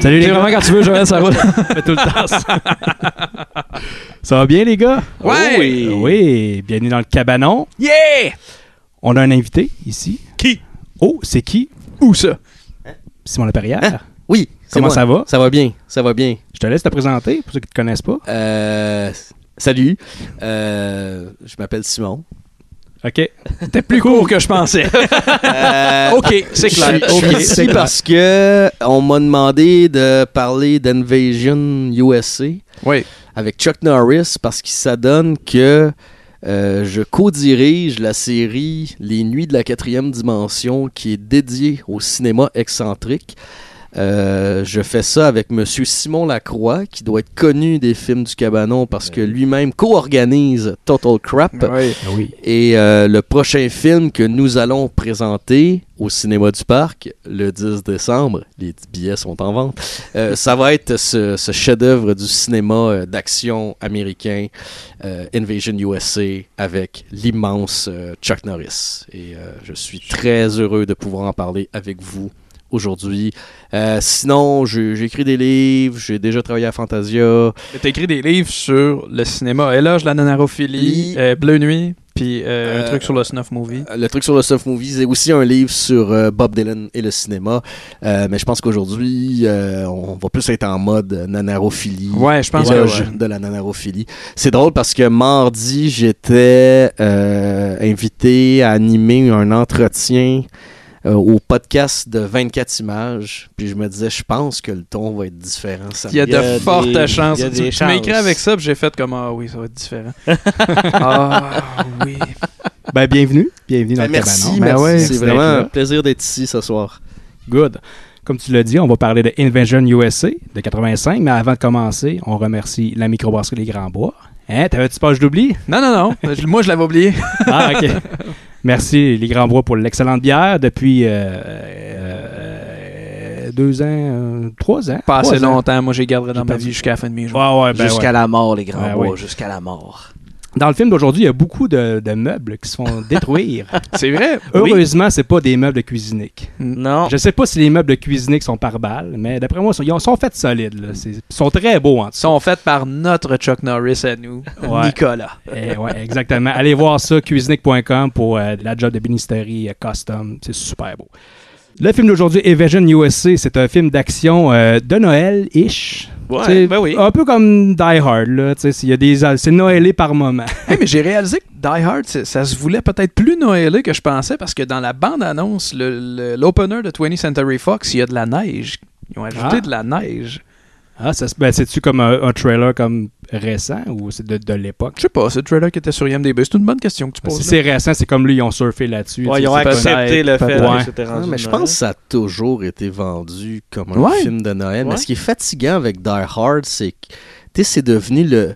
Salut les C'est gars. vraiment quand tu veux, Joël, ça roule. On fait tout le temps ça. Ça va bien les gars? Ouais! Euh, Oui, bienvenue dans le cabanon. Yeah! On a un invité ici. Qui? Oh, c'est qui? Où ça? Simon Laperrière. Hein? Oui. c'est Comment moi. ça va? Ça va bien, ça va bien. Je te laisse te présenter pour ceux qui ne te connaissent pas. Euh, salut, euh, je m'appelle Simon. OK. C'était plus court que je pensais. Euh, OK, c'est je suis- clair. Je suis Ok, c'est ici clair. parce que on m'a demandé de parler d'Invasion USA Oui. avec Chuck Norris parce qu'il s'adonne que euh, je co-dirige la série Les Nuits de la quatrième dimension qui est dédiée au cinéma excentrique. Euh, je fais ça avec Monsieur Simon Lacroix, qui doit être connu des films du Cabanon parce que lui-même co-organise Total Crap. Oui. Ah Oui. Et euh, le prochain film que nous allons présenter au Cinéma du Parc le 10 décembre, les billets sont en vente, euh, ça va être ce, ce chef-d'œuvre du cinéma euh, d'action américain, euh, Invasion USA, avec l'immense euh, Chuck Norris. Et euh, je suis très heureux de pouvoir en parler avec vous aujourd'hui. Euh, sinon, je- j'ai écrit des livres, j'ai déjà travaillé à Fantasia. T'as écrit des livres sur le cinéma Éloge de la nanarophilie, Oui. euh, Bleu Nuit, puis euh, un Euh, truc sur le snuff movie. Le truc sur le soft movie, c'est aussi un livre sur euh, Bob Dylan et le cinéma. Euh, mais je pense qu'aujourd'hui, euh, on va plus être en mode nanarophilie. Ouais, je pense que éloge ouais. de la nanarophilie. C'est drôle parce que mardi, j'étais euh, invité à animer un entretien euh, au podcast de 24 images. Puis je me disais, je pense que le ton va être différent. Il y a de Il y a fortes des- chances. il y a Tu- des tu m'as écrit chances. avec ça, puis j'ai fait comme Ah oui, ça va être différent. ah oui. Ben, bienvenue. Bienvenue dans Ben, le merci, cabanon. Ben merci. ouais, c'est d'être vraiment un là. plaisir d'être ici ce soir. Good. Comme tu l'as dit, on va parler de Invasion USA de 85, mais avant de commencer, on remercie la microbrasserie Les Grands Bois. Hein, t'avais-tu page d'oubli? Non, non, non. Je- Moi, je l'avais oublié. Ah, OK. Merci, les Grands Bois, pour l'excellente bière depuis euh, euh, deux ans, euh, trois ans. Pas assez Trois ans. longtemps. Moi, j'ai gardé J'ai dans ma perdu. vie jusqu'à la fin de mes jours. Ouais, ouais, ben jusqu'à ouais. la mort, les grands Ouais, bois, oui. jusqu'à la mort. Dans le film d'aujourd'hui, il y a beaucoup de, de meubles qui se font détruire. C'est vrai. Oui. Heureusement, c'est pas des meubles de cuisiniers. Mm. Non. Je sais pas si les meubles de cuisiniers sont par balles, mais d'après moi, ils sont, ils sont faits solides. là. C'est- Ils sont très beaux en dessous. Sont faites par notre Chuck Norris à nous, Ouais. Nicolas. Eh ouais, exactement. Allez voir ça, cuisinic.com pour euh, la job de ministérie euh, custom. C'est super beau. Le film d'aujourd'hui, Evasion USA, c'est un film d'action euh, de Noël-ish. Tu sais, ben oui. Un peu comme Die Hard, là. Tu sais, s'il y a des al- C'est Noëlé par moment. Hey, mais j'ai réalisé que Die Hard, c'est- ça se voulait peut-être plus noëlé que je pensais parce que dans la bande-annonce, le- le- l'opener de 20th Century Fox, il y a de la neige. Ils ont ajouté Ah. de la neige. Ah, ça se- ben, c'est-tu comme un, un trailer comme récent ou c'est de, de l'époque? Je sais pas, c'est le trailer qui était sur IMDb. C'est une bonne question que tu Si poses. là. c'est récent, c'est comme lui, ils ont surfé là-dessus. Ouais, tu sais, ils ont c'est pas- accepté le fait, Ouais. etc. Ah, mais je pense que ça a toujours été vendu comme un Ouais. film de Noël. Mais Ouais. ce qui est fatigant avec Die Hard, c'est que tu sais, c'est devenu le,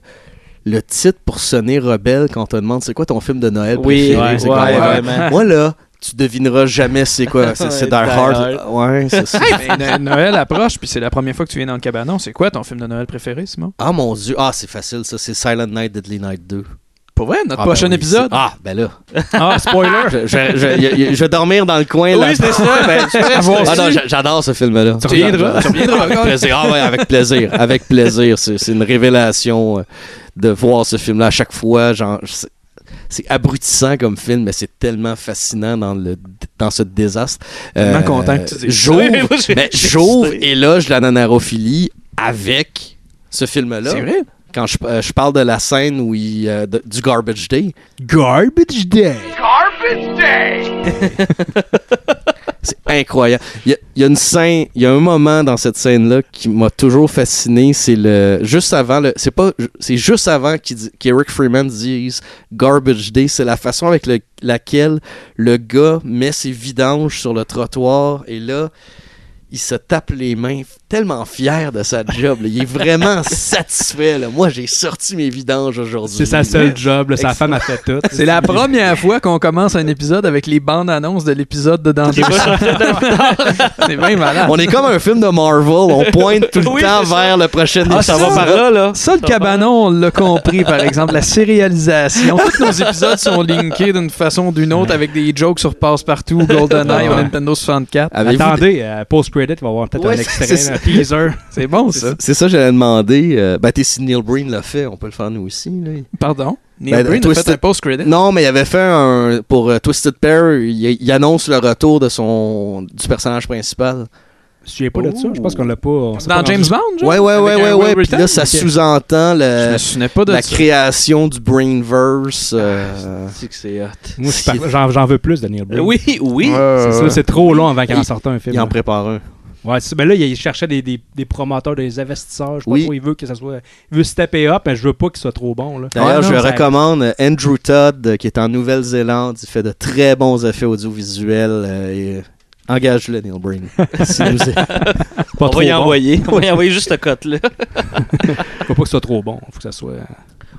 le titre pour sonner rebelle quand on te demande c'est quoi ton film de Noël Oui, préféré. ouais, C'est comme, ouais, ouais, vraiment. Moi là, tu devineras jamais c'est quoi. C'est c'est Die Ouais, Die Hard. Ouais, c'est ça. Hey, mais No- Noël approche, puis c'est la première fois que tu viens dans le cabanon. C'est quoi ton film de Noël préféré, Simon Ah mon dieu, ah c'est facile ça, c'est Silent Night, Deadly Night 2. Pour vrai, notre Ah, ben prochain oui, épisode. c'est- Ah ben là, Ah, spoiler! je, je- je- je- je vais dormir dans le coin là. Oui, c'est ça. ben, c'est vrai, Avoir Ah su- non, j'a- j'adore ce film-là. Tu reviendras, tu reviendras Avec encore. plaisir. Ah ouais, avec plaisir. Avec plaisir. C'est c'est une révélation euh, de voir ce film-là à chaque fois. Genre, c'est- c'est abrutissant comme film, mais c'est tellement fascinant dans, le, dans ce désastre. Euh, Tellement content que tu dises ça. J'ouvre Oui, moi, j'ai- ben, j'ai j'ouvre excité. éloge de la nanarophilie avec ce film-là. c'est vrai. Quand je, euh, je parle de la scène où il, euh, de- du Garbage Day, Garbage Day! C'est incroyable. Il y, a- il y a une scène, il y a un moment dans cette scène-là qui m'a toujours fasciné. C'est le juste avant le, c'est pas, c'est juste avant qu'il dit- qu'Eric Freeman dise Garbage Day. C'est la façon avec le- laquelle le gars met ses vidanges sur le trottoir et là. Il se tape les mains, tellement fier de sa job. là. Il est vraiment satisfait. là. Moi, j'ai sorti mes vidanges aujourd'hui. C'est sa seule job, là, sa femme a fait tout. C'est la première fois qu'on commence un épisode avec les bandes annonces de l'épisode de Dans deux semaines. C'est bien malade. On est comme un film de Marvel. On pointe tout le Oui, temps c'est ça. vers le prochain Ah, épisode. ça va par là, là. Ça, le cabanon, on l'a compris, par exemple. La sérialisation. Tous nos épisodes sont linkés d'une façon ou d'une autre avec des jokes sur Passe-Partout, GoldenEye, ou Nintendo 64. Avez-vous Attendez, euh, post-credit, il va y avoir peut-être Ouais, un c'est- extrait. c'est là. teaser. C'est bon, ça. C'est ça, j'allais demander. euh, ben, t'es si Neil Breen l'a fait, on peut le faire nous aussi. là. Pardon? Neil Ben, Breen a Twisted- fait un post-credit. Non, mais il avait fait un. Pour euh, Twisted Pair, il, il annonce le retour de son du personnage principal. Je me souviens pas de ça. Je pense qu'on l'a pas. on s'est Dans pas James rendu- Bond, genre? Ouais, ouais, Avec ouais, un ouais, Will ouais. Puis Wheaton? là, ça Ok. sous-entend Je le- me souvenais pas de la ça. Ah, création du Brainverse. euh, C'est que c'est hot. Moi, je suis par- j'en, j'en veux plus de Neil Breen. Euh, Oui, oui. C'est ça, c'est trop long avant qu'il en Il- sorte un film. il en prépare un. Ouais, c'est- ben là, il cherchait des, des, des promoteurs, des investisseurs. Je pense Oui. pas, il veut que ça soit. Il veut se taper up, mais je veux pas qu'il soit trop bon. Là. D'ailleurs, Ah, non, je ça- recommande euh, Andrew Todd, euh, qui est en Nouvelle-Zélande. Il fait de très bons effets audiovisuels. euh, et, euh, Engage-le, Neil Breen. S'il nous est- Pas on trop va y bon. envoyer. On va y envoyer juste ce cote-là. Faut pas que ce soit trop bon. Faut que ça soit.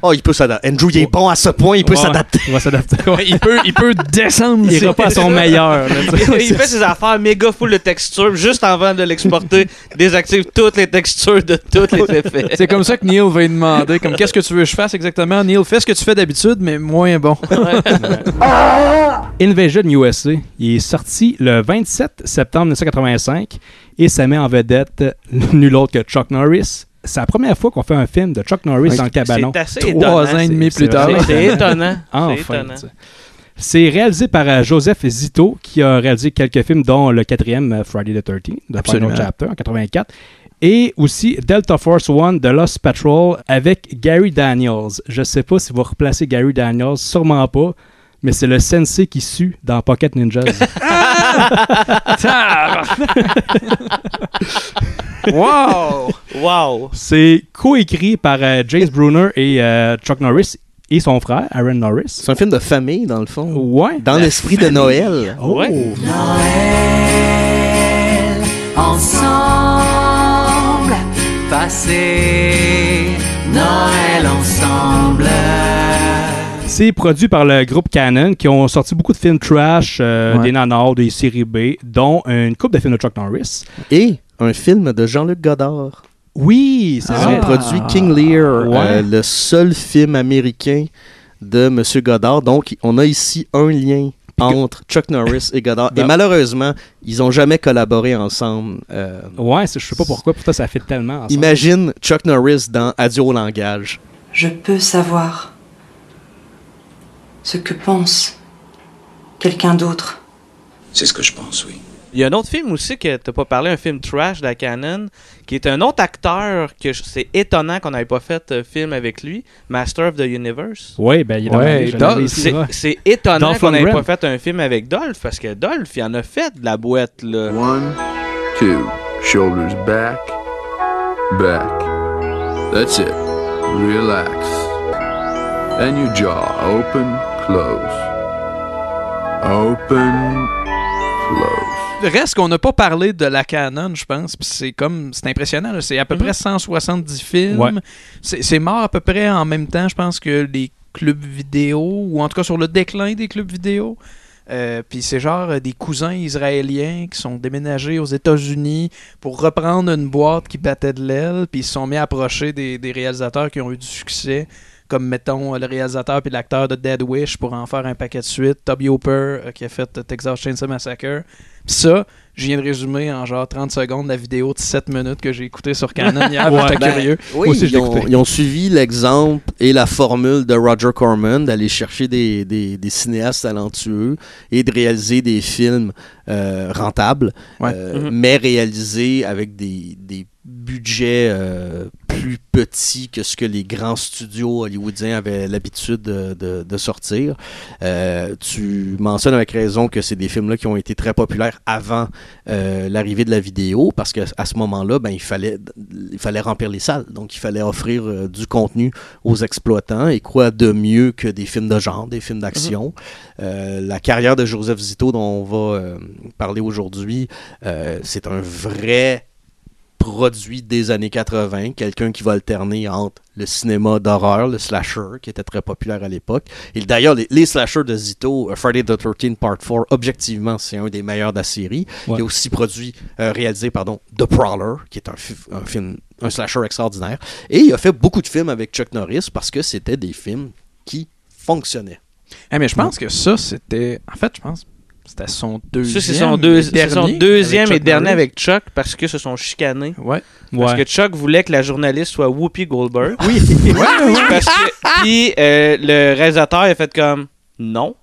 Oh, il peut s'adapter. Andrew, il est bon à ce point, il peut Ouais, s'adapter. Il va s'adapter. Ouais, il, peut, il peut descendre. Il ses- ira pas à son meilleur. là, tu sais. Il fait ses affaires méga full de textures juste avant de l'exporter, désactive toutes les textures de tous les effets. C'est comme ça que Neil va lui demander comme qu'est-ce que tu veux que je fasse exactement Neil fais ce que tu fais d'habitude mais moins bon. Invasion USA. Il est sorti le 27 septembre 1985 et ça met en vedette nul autre que Chuck Norris. C'est la première fois qu'on fait un film de Chuck Norris Ouais, dans le cabanon. C'est assez Trois ans étonnant. et demi c'est- plus c'est tard. vrai. C'est- C'est étonnant. C'est Enfin. étonnant. tu sais. C'est réalisé par euh, Joseph Zito, qui a réalisé quelques films, dont le quatrième euh, Friday the 13th, The Absolument. Final Chapter, en 84, et aussi Delta Force One, The Lost Patrol, avec Gary Daniels. Je sais pas si vous replacez Gary Daniels, sûrement pas, mais c'est le sensei qui sue dans Pocket Ninjas. Wow! Wow. C'est coécrit par euh, James Bruner et euh, Chuck Norris et son frère, Aaron Norris. C'est un film de famille, dans le fond. Ouais. Dans l'esprit de Noël. Oh. Ouais. Noël ensemble, passer Noël ensemble. C'est produit par le groupe Canon qui ont sorti beaucoup de films trash, euh, Ouais. des nanars, des séries B, dont une coupe de films de Chuck Norris. Et un film de Jean-Luc Godard. Oui, c'est Ils vrai. ont Ah. produit King Lear, Ah. Ouais. euh, le seul film américain de M. Godard. Donc, on a ici un lien entre Chuck Norris et Godard. Et Ben- malheureusement, ils n'ont jamais collaboré ensemble. Euh, Ouais, c'est- je sais pas pourquoi, pourtant ça fait tellement. ensemble. imagine Chuck Norris dans Adieu au langage. Je peux savoir ce que pense quelqu'un d'autre. C'est ce que je pense, oui. Il y a un autre film aussi que t'as pas parlé, un film trash de la Canon, qui est un autre acteur que je- c'est étonnant qu'on n'avait pas fait euh, film avec lui, Master of the Universe. Ouais, ben il est dans Ouais, la liste, je l'avais Dolph, ici, C'est là. c'est étonnant Dolph qu'on n'avait Lundgren. pas fait un film avec Dolph, parce que Dolph, il en a fait de la boîte, là. One, two, shoulders back, back. That's it. Relax. And your jaw open, close. Open, close. Reste qu'on n'a pas parlé de la canon, je pense, puis c'est comme c'est impressionnant, là. c'est à peu près 170 films. Ouais. C'est c'est mort à peu près en même temps, je pense que les clubs vidéo ou en tout cas sur le déclin des clubs vidéo. Euh, puis c'est genre euh, des cousins israéliens qui sont déménagés aux États-Unis pour reprendre une boîte qui battait de l'aile, puis ils se sont mis à approcher des, des réalisateurs qui ont eu du succès, comme mettons euh, le réalisateur puis l'acteur de Dead Wish pour en faire un paquet de suite, Toby Hooper euh, qui a fait euh, Texas Chainsaw Massacre. Puis ça, je viens de résumer en genre 30 secondes la vidéo de 7 minutes que j'ai écoutée sur Canon hier, Ouais, j'étais ben, curieux. Oui, aussi, je ils, l'ai ont, écouté. ils ont suivi l'exemple et la formule de Roger Corman d'aller chercher des, des- des cinéastes talentueux et de réaliser des films euh, rentables, Ouais. euh, Mhm. mais réalisés avec des, des budgets euh, plus petits que ce que les grands studios hollywoodiens avaient l'habitude de, de- de sortir. Euh, tu mentionnes avec raison que c'est des films-là qui ont été très populaires avant euh, l'arrivée de la vidéo parce que à ce moment-là ben il fallait il fallait remplir les salles donc il fallait offrir euh, du contenu aux exploitants et quoi de mieux que des films de genre des films d'action Euh, la carrière de Joseph Zito dont on va euh, parler aujourd'hui euh, c'est un vrai produit des années 80, quelqu'un qui va alterner entre le cinéma d'horreur, le slasher, qui était très populaire à l'époque. Et d'ailleurs, les, les slashers de Zito, euh, Friday the 13th Part 4, objectivement, c'est un des meilleurs de la série. Ouais. Il a aussi produit, euh, réalisé, pardon, The Prowler, qui est un, fi- un film, un slasher extraordinaire. Et il a fait beaucoup de films avec Chuck Norris parce que c'était des films qui fonctionnaient. Eh, mais je pense que ça, c'était. En fait, je pense C'était son Mm. Ça, deuxième. c'est son, deux- et c'est son dernier deuxième avec et Chuck dernier Norris. avec Chuck parce que se sont chicanés. Ouais. Parce que Ouais. Chuck voulait que la journaliste soit Whoopi Goldberg. Oui. Euh, Parce que, puis euh, le réalisateur a fait comme non.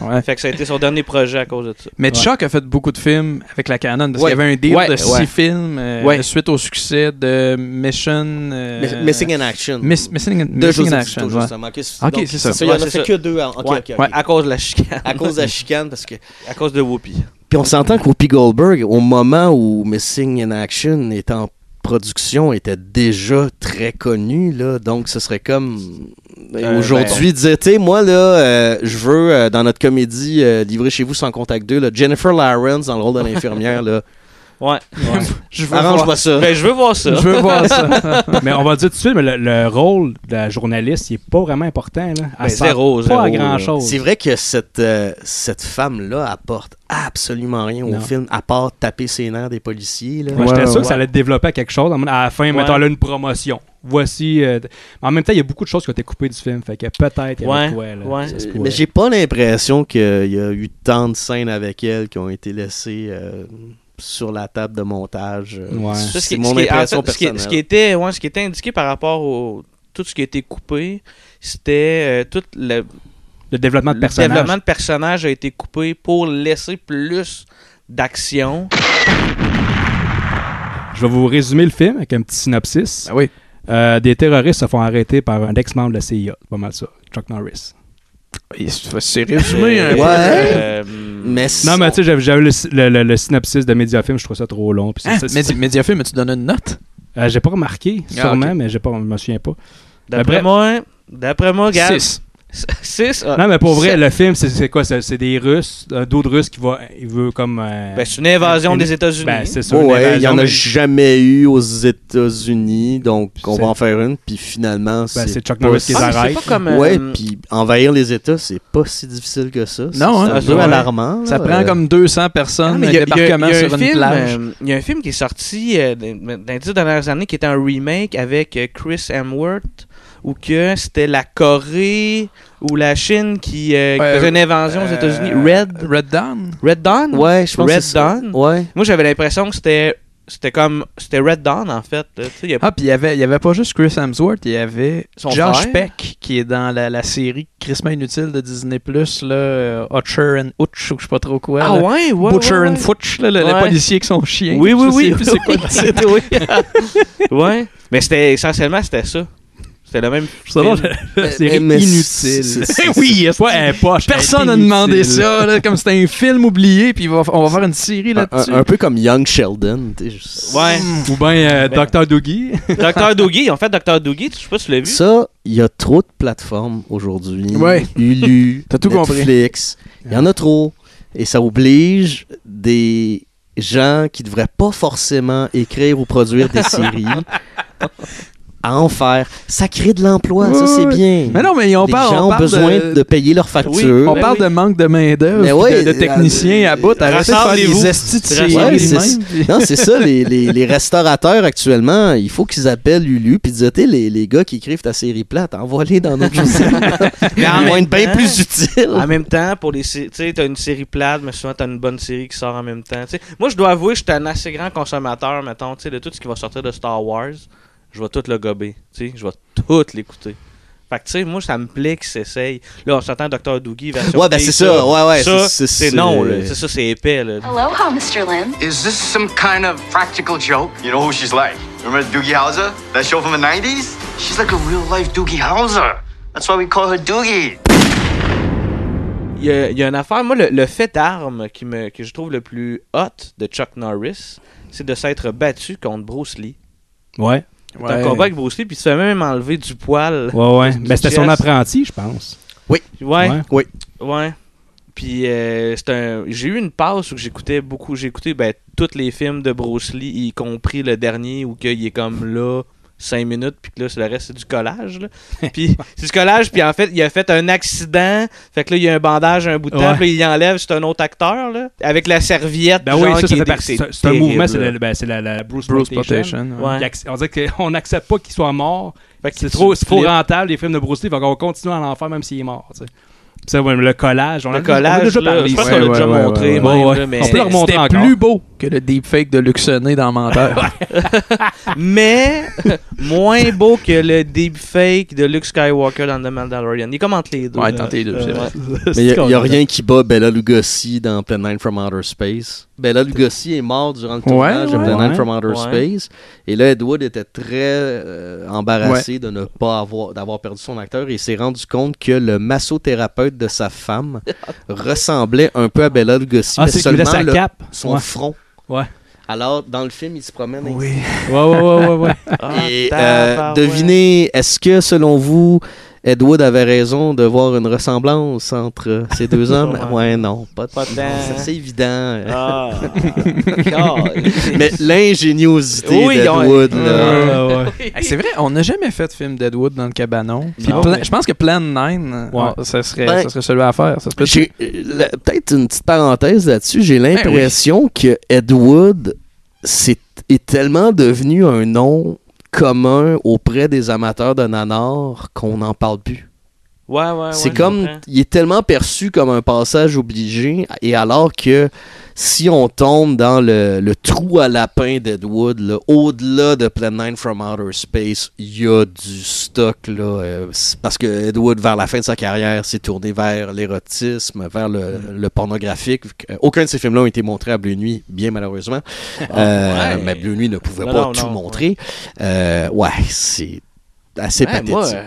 Ouais. Fait que ça a été son dernier projet à cause de ça. Mais Ouais. Chuck a fait beaucoup de films avec la Canon parce Ouais. qu'il y avait un deal Ouais, de six ouais. films euh, Ouais. suite au succès de Mission. euh, Miss- Missing in Action. Miss- Missing in, Missing de in Joseph Action. Action, ouais. justement. Ok, Ok, donc, c'est ça. Il y en Ouais, a c'est fait ça. que deux. en- Ok, Ouais. ok, ok. À cause de la chicane. À cause de la chicane, parce que. À cause de Whoopi. Puis on s'entend qu'au P. Goldberg, au moment où Missing in Action est en production, était déjà très connu, là. Donc, ce serait comme. ben, Euh, ben. Aujourd'hui, dire, tu sais, moi, là, euh, je veux, euh, dans notre comédie euh, livrée chez vous sans contact 2, là, Jennifer Lawrence dans le rôle de l'infirmière, là. Ouais. Je veux voir- Arrange-moi ça. Ben, je veux voir ça. Je veux voir ça. mais on va le dire tout de suite, mais le, le rôle de la journaliste, il est pas vraiment important. Là. Elle Ben, sert Pas à zéro, zéro, là. grand chose. Oh. C'est vrai que cette, euh, cette femme-là apporte absolument rien au Non. film, à part taper ses nerfs des policiers, là. Moi, j'étais Ouais, sûr ouais. que ça allait développer à quelque chose. À la fin, mettons là une promotion. Voici. euh, t- mais en même temps, il y a beaucoup de choses qui ont été coupées du film. Fait que peut-être. il y avait Ouais, de quoi, là. ouais. Ça se Euh, Mais pourrait. j'ai pas l'impression qu'il y a eu tant de scènes avec elle qui ont été laissées euh, sur la table de montage. Euh, Ouais. C'est Ça, ce qui- mon ce qui est- en impression fait, ce qui- personnelle. Ce qui, était, ouais, ce qui était indiqué par rapport au tout ce qui a été coupé, c'était euh, tout le, Le développement de le personnage. développement de personnage a été coupé pour laisser plus d'action. Je vais vous résumer le film avec un petit synopsis. Ah oui. Euh, des terroristes se font arrêter par un ex-membre de la CIA. C'est Pas mal ça. Chuck Norris. Et c'est- C'est résumé un Ouais. peu. hein. Euh, Mais c'est- Non, mais tu sais, j'avais- j'avais le, sy- le- le- le synopsis de Mediafilm, je trouve ça trop long. puis c'est- Ah, Hein, c'est- c'est- Médi- Mediafilm, tu donnes une note Euh, j'ai pas remarqué, Ah, sûrement, ok. mais j'ai pas, je me souviens pas. d'après Après- moi, d'après moi, gars, Six. 6. Non, mais pour vrai, le film, c'est- c'est quoi C'est c'est des Russes, un dos de Russes qui va. Il veut comme. euh, Ben, c'est une invasion Une- des États-Unis. ben, c'est ça. Oh une ouais, il y invasion, en a mais- jamais eu aux États-Unis, donc on C'est- Ben, va en faire une, puis finalement, c'est, c'est Chuck pas Norris si- qui les Ah, mais arrête. c'est pas comme. euh, Ouais, puis envahir les États, c'est pas si difficile que ça. C'est- Non, c'est hein, un ça, peu ouais. alarmant. Ça là. prend Euh, comme 200 personnes, Ah, mais un il y a- il y a- débarquement il y a un sur une film, plage. euh, Il y a un film qui est sorti euh, dans dans les dix dernières années qui était un remake avec euh, Chris Hemsworth où que c'était la Corée ou la Chine qui, euh, qui Ouais, faisait une invasion aux Euh, États-Unis. Red, Red Dawn. Red Dawn? Ouais, je pense Red que c'est ça. Dawn? Ouais. Moi, j'avais l'impression que c'était c'était comme c'était Red Dawn en fait. là. Tu sais, il y a- Ah, puis il y avait- il y avait pas juste Chris Hemsworth, il y avait Son Josh frère. Peck, qui est dans la, la série Christmas Inutile de Disney+, là, euh, Hutcher and Hutch, ou je sais pas trop quoi. Ah là. ouais, ouais. ouais, Butcher ouais. and Futch, là, le, Ouais. le policier qui sont chiens. Oui, oui, Je sais oui. plus c'est quoi. c'est oui. ouais. Mais c'était essentiellement c'était ça. C'était le même. C'est drôle, la Euh, série mais inutile. c'est- c'est- Eh c'est- oui, est-ce pas un poche? Personne elle est n'a demandé inutile. ça, là, comme c'était un film oublié, puis il va- on va faire une série Un, là-dessus. un peu comme Young Sheldon. t'sais, je- Ouais. Ou bien euh, Docteur Doogie. Docteur Doogie, en fait Docteur Doogie, tu sais pas si tu l'as vu. Ça, il y a trop de plateformes aujourd'hui. Ouais. Hulu, T'as tout compris. Netflix. Il y en a trop. Et ça oblige des gens qui devraient pas forcément écrire ou produire des séries à en faire. Ça crée de l'emploi, ça Ouais, c'est ouais. bien. Mais non, mais on les parle, gens on ont parle besoin de... de, payer leurs factures. on Ben parle oui. de manque de main-d'œuvre, Mais puis ouais, de, de techniciens euh, à bout. Arrêtez de faire des rassemblez-vous. estis de Ouais, séries c'est de ça. même, puis- Non, c'est ça, les, les- les restaurateurs actuellement, il faut qu'ils appellent Hulu puis disent, T'sais, les, les gars qui écrivent ta série plate, envoie-les dans notre cuisine. Mais en Ils vont même être bien temps- plus utiles. En même temps, pour les sé- tu sais, t'as une série plate, mais souvent t'as une bonne série qui sort en même temps. Tu sais, moi, je dois avouer, je suis un assez grand consommateur, mettons, tu sais, de tout ce qui va sortir de Star Wars. Je vais tout le gober, tu sais, je vais tout l'écouter. Fait que, tu sais, moi, ça me plaît qu'ils s'essayent. Là, on s'entend Dr. Doogie version Ouais, ben, gay, c'est ça. Ouais, ouais, Ça, c'est- c'est- c'est non, là. C'est ça, c'est épais, là. Aloha, Mr. Lin. Is this some kind of practical joke? You know who she's like? Remember Doogie Howser? That show from the 90s? She's like a real life Doogie Howser. That's why we call her Doogie. Il y, a, il y a une affaire, moi, le, le fait d'arme qui me, que je trouve le plus hot de Chuck Norris, c'est de s'être battu contre Bruce Lee. Ouais, T'as un combat avec Bruce Lee, puis il se fait même enlever du poil. ouais, ouais. Mais c'était son chess. apprenti, je pense. Ouais. Ouais. Oui. Ouais. Puis euh, c'est un j'ai eu une passe où j'écoutais beaucoup, j'ai écouté ben tous les films de Bruce Lee, y compris le dernier où qu'il est comme là 5 minutes puis que là c'est le reste c'est du collage là. Puis c'est du collage puis en fait, il a fait un accident, fait que là il y a un bandage un bout de temps, Ouais. puis il enlève, c'est un autre acteur là avec la serviette Ben genre, oui, ça, qui ça fait est- partie. c'est C'est c'est un terrible, mouvement, c'est là. la, ben, c'est la, la Bruce, Bruce Plantation. Plantation. ouais. Ouais. Il- On dirait qu'on n'accepte pas qu'il soit mort. Fait que C'est trop, c'est trop flippes. rentable, les films de Bruce Lee. Fait qu'on continue à l'en faire même s'il est mort. tu sais. Ça, ouais, le collage, on Le l'a- on l'a collage, déjà là, parlé je pense ici. qu'on l'a Ouais, déjà ouais, ouais, montré, même, ouais. là, mais- On peut le remonter C'était encore. plus beau que le deepfake de Luxonné dans Menteur. Mais moins beau que le deepfake de Luke Skywalker dans The Mandalorian. Ils commentent les deux. Ouais, là. Euh, tentez les deux, c'est vrai. Mais il n'y a, rien qui bat Bella Lugosi dans Plan 9 from Outer Space. Bella Lugosi est morte durant le tournage de ouais. Plan 9 from Outer Ouais. Space. Et là, Edward était très euh, embarrassé de ne pas avoir d'avoir perdu son acteur et il s'est rendu compte que le massothérapeute de sa femme ressemblait un peu à Bella Lugosi, Ah, mais c'est qu'il seulement a sa le- cape. son Ouais. front. Ouais. Alors, dans le film, il se promène avec oui. Ouais, ouais, ouais, ouais. ouais. Ah, et euh, tabarouette. devinez, est-ce que selon vous, Ed Wood avait raison de voir une ressemblance entre euh, ces deux hommes Ouais. Ouais, non, pas, Pas pas tant. C'est assez évident. Ah. God. Mais l'ingéniosité Oui, d'Ed ouais. Wood, Ouais, là. ouais, ouais. Hey, c'est vrai, on n'a jamais fait de film d'Edwood dans le cabanon. Puis Non, Plan- mais- Je pense que Plan 9, Ouais. on- ça, serait, Ben- ça serait celui à faire. Ça se peut- J'ai- euh, la- Peut-être une petite parenthèse là-dessus. J'ai Ben l'impression que Ed Wood c'est- est tellement devenu un nom commun auprès des amateurs de nanar qu'on n'en parle plus. Ouais, Ah ouais, ouais, C'est je comme, comprends. il est tellement perçu comme un passage obligé, et alors que si on tombe dans le, le trou à lapin d'Edwood, là, au-delà de Plan 9 from Outer Space, il y a du stock. Là, euh, c'est- parce que Edwood, vers la fin de sa carrière, s'est tourné vers l'érotisme, vers le, Mm. le pornographique. Euh, Aucun de ces films-là ont été montrés à Bleu Nuit, bien malheureusement. Euh, Ah, ouais. Mais Bleu Nuit ne pouvait Non, pas non, tout non, montrer. Euh, ouais, c'est assez Ouais, pathétique. moi, euh,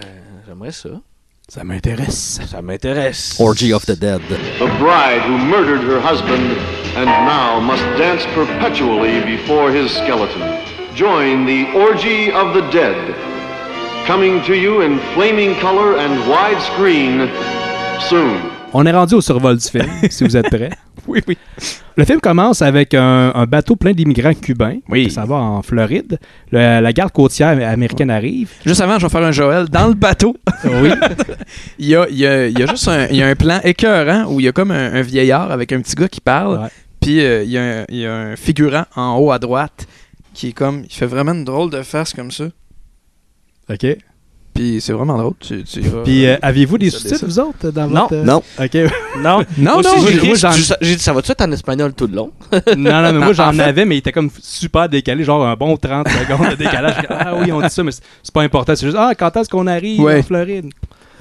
j'aimerais ça. Ça m'intéresse. Ça m'intéresse. Orgy of the Dead. The bride who murdered her husband and now must dance perpetually before his skeleton. Join the Orgy of the Dead. Coming to you in flaming color and widescreen soon. On est rendu au survol du film, si vous êtes prêts. oui, oui. Le film commence avec un, un bateau plein d'immigrants cubains. Ça va en Floride. Le- la garde côtière américaine arrive. Juste avant, je vais faire un Joël. Dans le bateau, Oui. il y a, il y a- il y a juste un, il y a un plan écœurant où il y a comme un, un vieillard avec un petit gars qui parle. Ouais. Puis euh, il, y a un, il y a un figurant en haut à droite qui est comme. Il fait vraiment une drôle de face comme ça. OK. Puis c'est vraiment drôle. Tu, tu vas- Puis, euh, avez-vous des Ça, sous-titres, ça. vous autres, euh, dans Non. votre... euh, Non. OK. Non, non, Moi non, aussi, j'ai- j'ai écrit, moi, j'en- j'ai dit, j'ai dit, ça va-tu être en espagnol tout le long? Non, non, mais moi, En j'en fait- avais, mais il était comme super décalé, genre un bon 30 secondes de décalage. Ah oui, on dit ça, mais c'est- c'est pas important. C'est juste, ah, quand est-ce qu'on arrive Ouais. en Floride?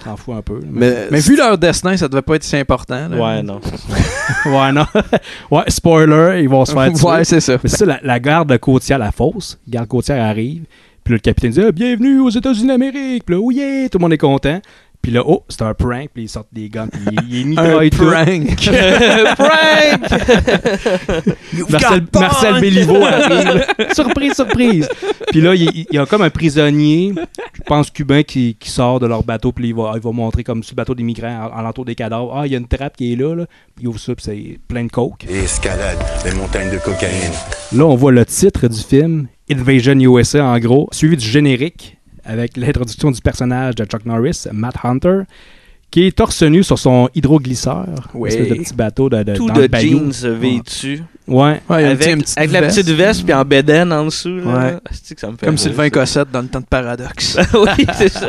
T'en fous un peu. Mais... Mais, Mais vu leur destin, ça devait pas être si important. là. Ouais, non. ouais, non. ouais, spoiler, ils vont se faire tuer. Ouais, c'est ça. Mais c'est ça, la, la garde côtière, la fosse, garde côtière arrive. Puis là, le capitaine dit Ah, Bienvenue aux États-Unis d'Amérique. Puis là, oui, yeah, tout le monde est content. Puis là, oh, c'est un prank. Puis ils sortent des guns. Puis ils, ils Un mitraillent tout. prank. Prank! Marcel, got Marcel punked! Béliveau arrive. surprise, surprise. Puis là, il il- il y, a comme un prisonnier, je pense cubain, qui, qui sort de leur bateau. Puis là, il va, il va montrer comme sur le bateau des migrants, en, en l'entour des cadavres. Ah, il y a une trappe qui est là. là. Puis il ouvre ça, puis c'est plein de coke. Escalade les montagnes de cocaïne. Là, on voit le titre du film, Invasion USA en gros, suivi du générique avec l'introduction du personnage de Chuck Norris, Matt Hunter, qui est torse nu sur son hydroglisseur, Oui. espèce de petit bateau de, de, Tout dans le de bayou. jeans vêtus. Ouais. Ouais, il y a un avec petit- une petite avec la veste. petite veste puis en bédaine en dessous. Là. Ouais. Ah, c'est-tu que ça me fait Comme rire, Sylvain ça. Cossette dans le temps de Paradoxe. oui, c'est ça.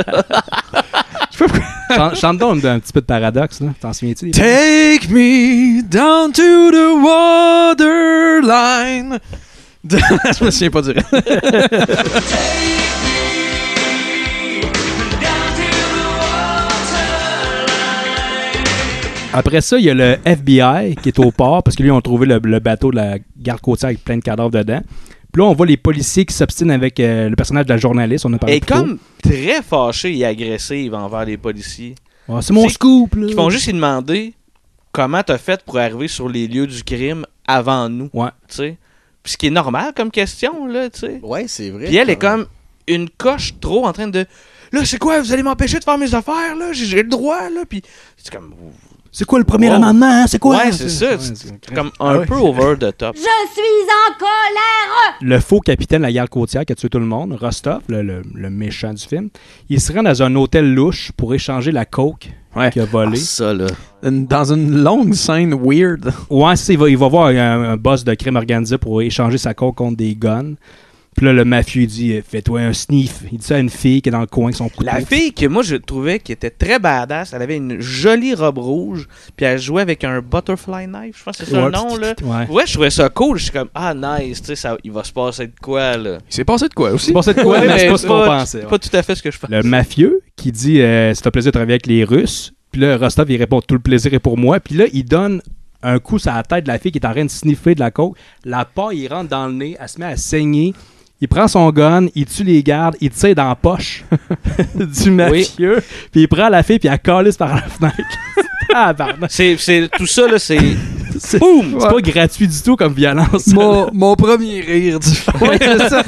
Chan- Chante donc un petit peu de paradoxe, là. T'en souviens-tu? des- Take me down to the waterline. Je me souviens pas du reste. Après ça, il y a le FBI qui est au port, parce que lui, ils ont trouvé le, le bateau de la garde côtière avec plein de cadavres dedans. Puis là, on voit les policiers qui s'obstinent avec euh, le personnage de la journaliste, on a parlé Et plus tôt. comme très fâché et agressive envers les policiers. Ouais, c'est mon C'est- scoop, là. Ils vont juste lui demander comment t'as fait pour arriver sur les lieux du crime avant nous. Ouais. Tu sais. Puis ce qui est normal comme question, là, tu sais. ouais, c'est vrai. Puis elle est comme une coche trop en train de. Là, c'est quoi, vous allez m'empêcher de faire mes affaires, là? J'ai j'ai le droit, là? Puis c'est comme. C'est quoi le premier Wow. amendement, hein? C'est quoi? ouais, c'est ça. Ouais, c'est- C'est comme un peu over the top. le faux capitaine de la garde côtière qui a tué tout le monde, Rostov, le, le- le méchant du film, il se rend dans un hôtel louche pour échanger la coke Ouais. qu'il a volée. Ah, ça, là. Une- Dans une longue scène weird. ouais, c'est ça, il va, il va voir un, un boss de crime organisé pour échanger sa coke contre des guns. Puis là, le mafieux il dit euh, Fais-toi un sniff. Il dit ça à une fille qui est dans le coin avec son couteau. La fille que moi je trouvais qui était très badass, elle avait une jolie robe rouge, puis elle jouait avec un butterfly knife, je pense que c'est ça Ouais, le nom là. ouais. Ouais, je trouvais ça cool, je suis comme ah nice, tu sais ça il va se passer de quoi là. Il s'est passé de quoi aussi? C'est pas ça de quoi, Ouais, mais c'est mais pas ce qu'on pas- pensait. ouais. Pas tout à fait ce que je pensais. Le mafieux qui dit euh, C'est un plaisir de travailler avec les Russes. Puis là, Rostov, il répond Tout le plaisir est pour moi. Puis là, il donne un coup sur la tête de la fille qui est en train de sniffer de la coke. La paille, il rentre dans le nez. Elle se met à saigner. Il prend son gun, il tue les gardes, il tire dans la poche du mafieux. Puis il prend la fille, puis elle calisse par la fenêtre. Tabarnak. Ah, C'est c'est- tout ça là, c'est c'est boum. c'est pas gratuit du tout comme violence. Mon, mon premier rire du film.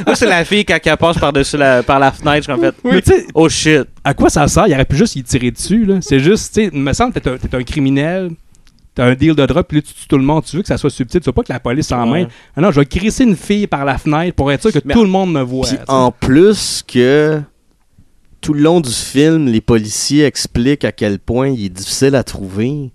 Moi, c'est la fille quand elle passe par-dessus la, par la fenêtre, je suis en fait. Mais tu sais, Oh shit. à quoi ça sert? Il aurait pu juste y tirer dessus. là. C'est juste, tu sais, il me semble que t'es un, t'es un criminel, t'as un deal de drogue, puis là, tu tues tout le monde. Tu veux que ça soit subtil, tu veux pas que la police s'en Ouais. mêle. Ah non, je vais crisser une fille par la fenêtre pour être sûr que Mais- tout le monde me voit. tu Puis sais. en plus que tout le long du film, les policiers expliquent à quel point il est difficile à trouver.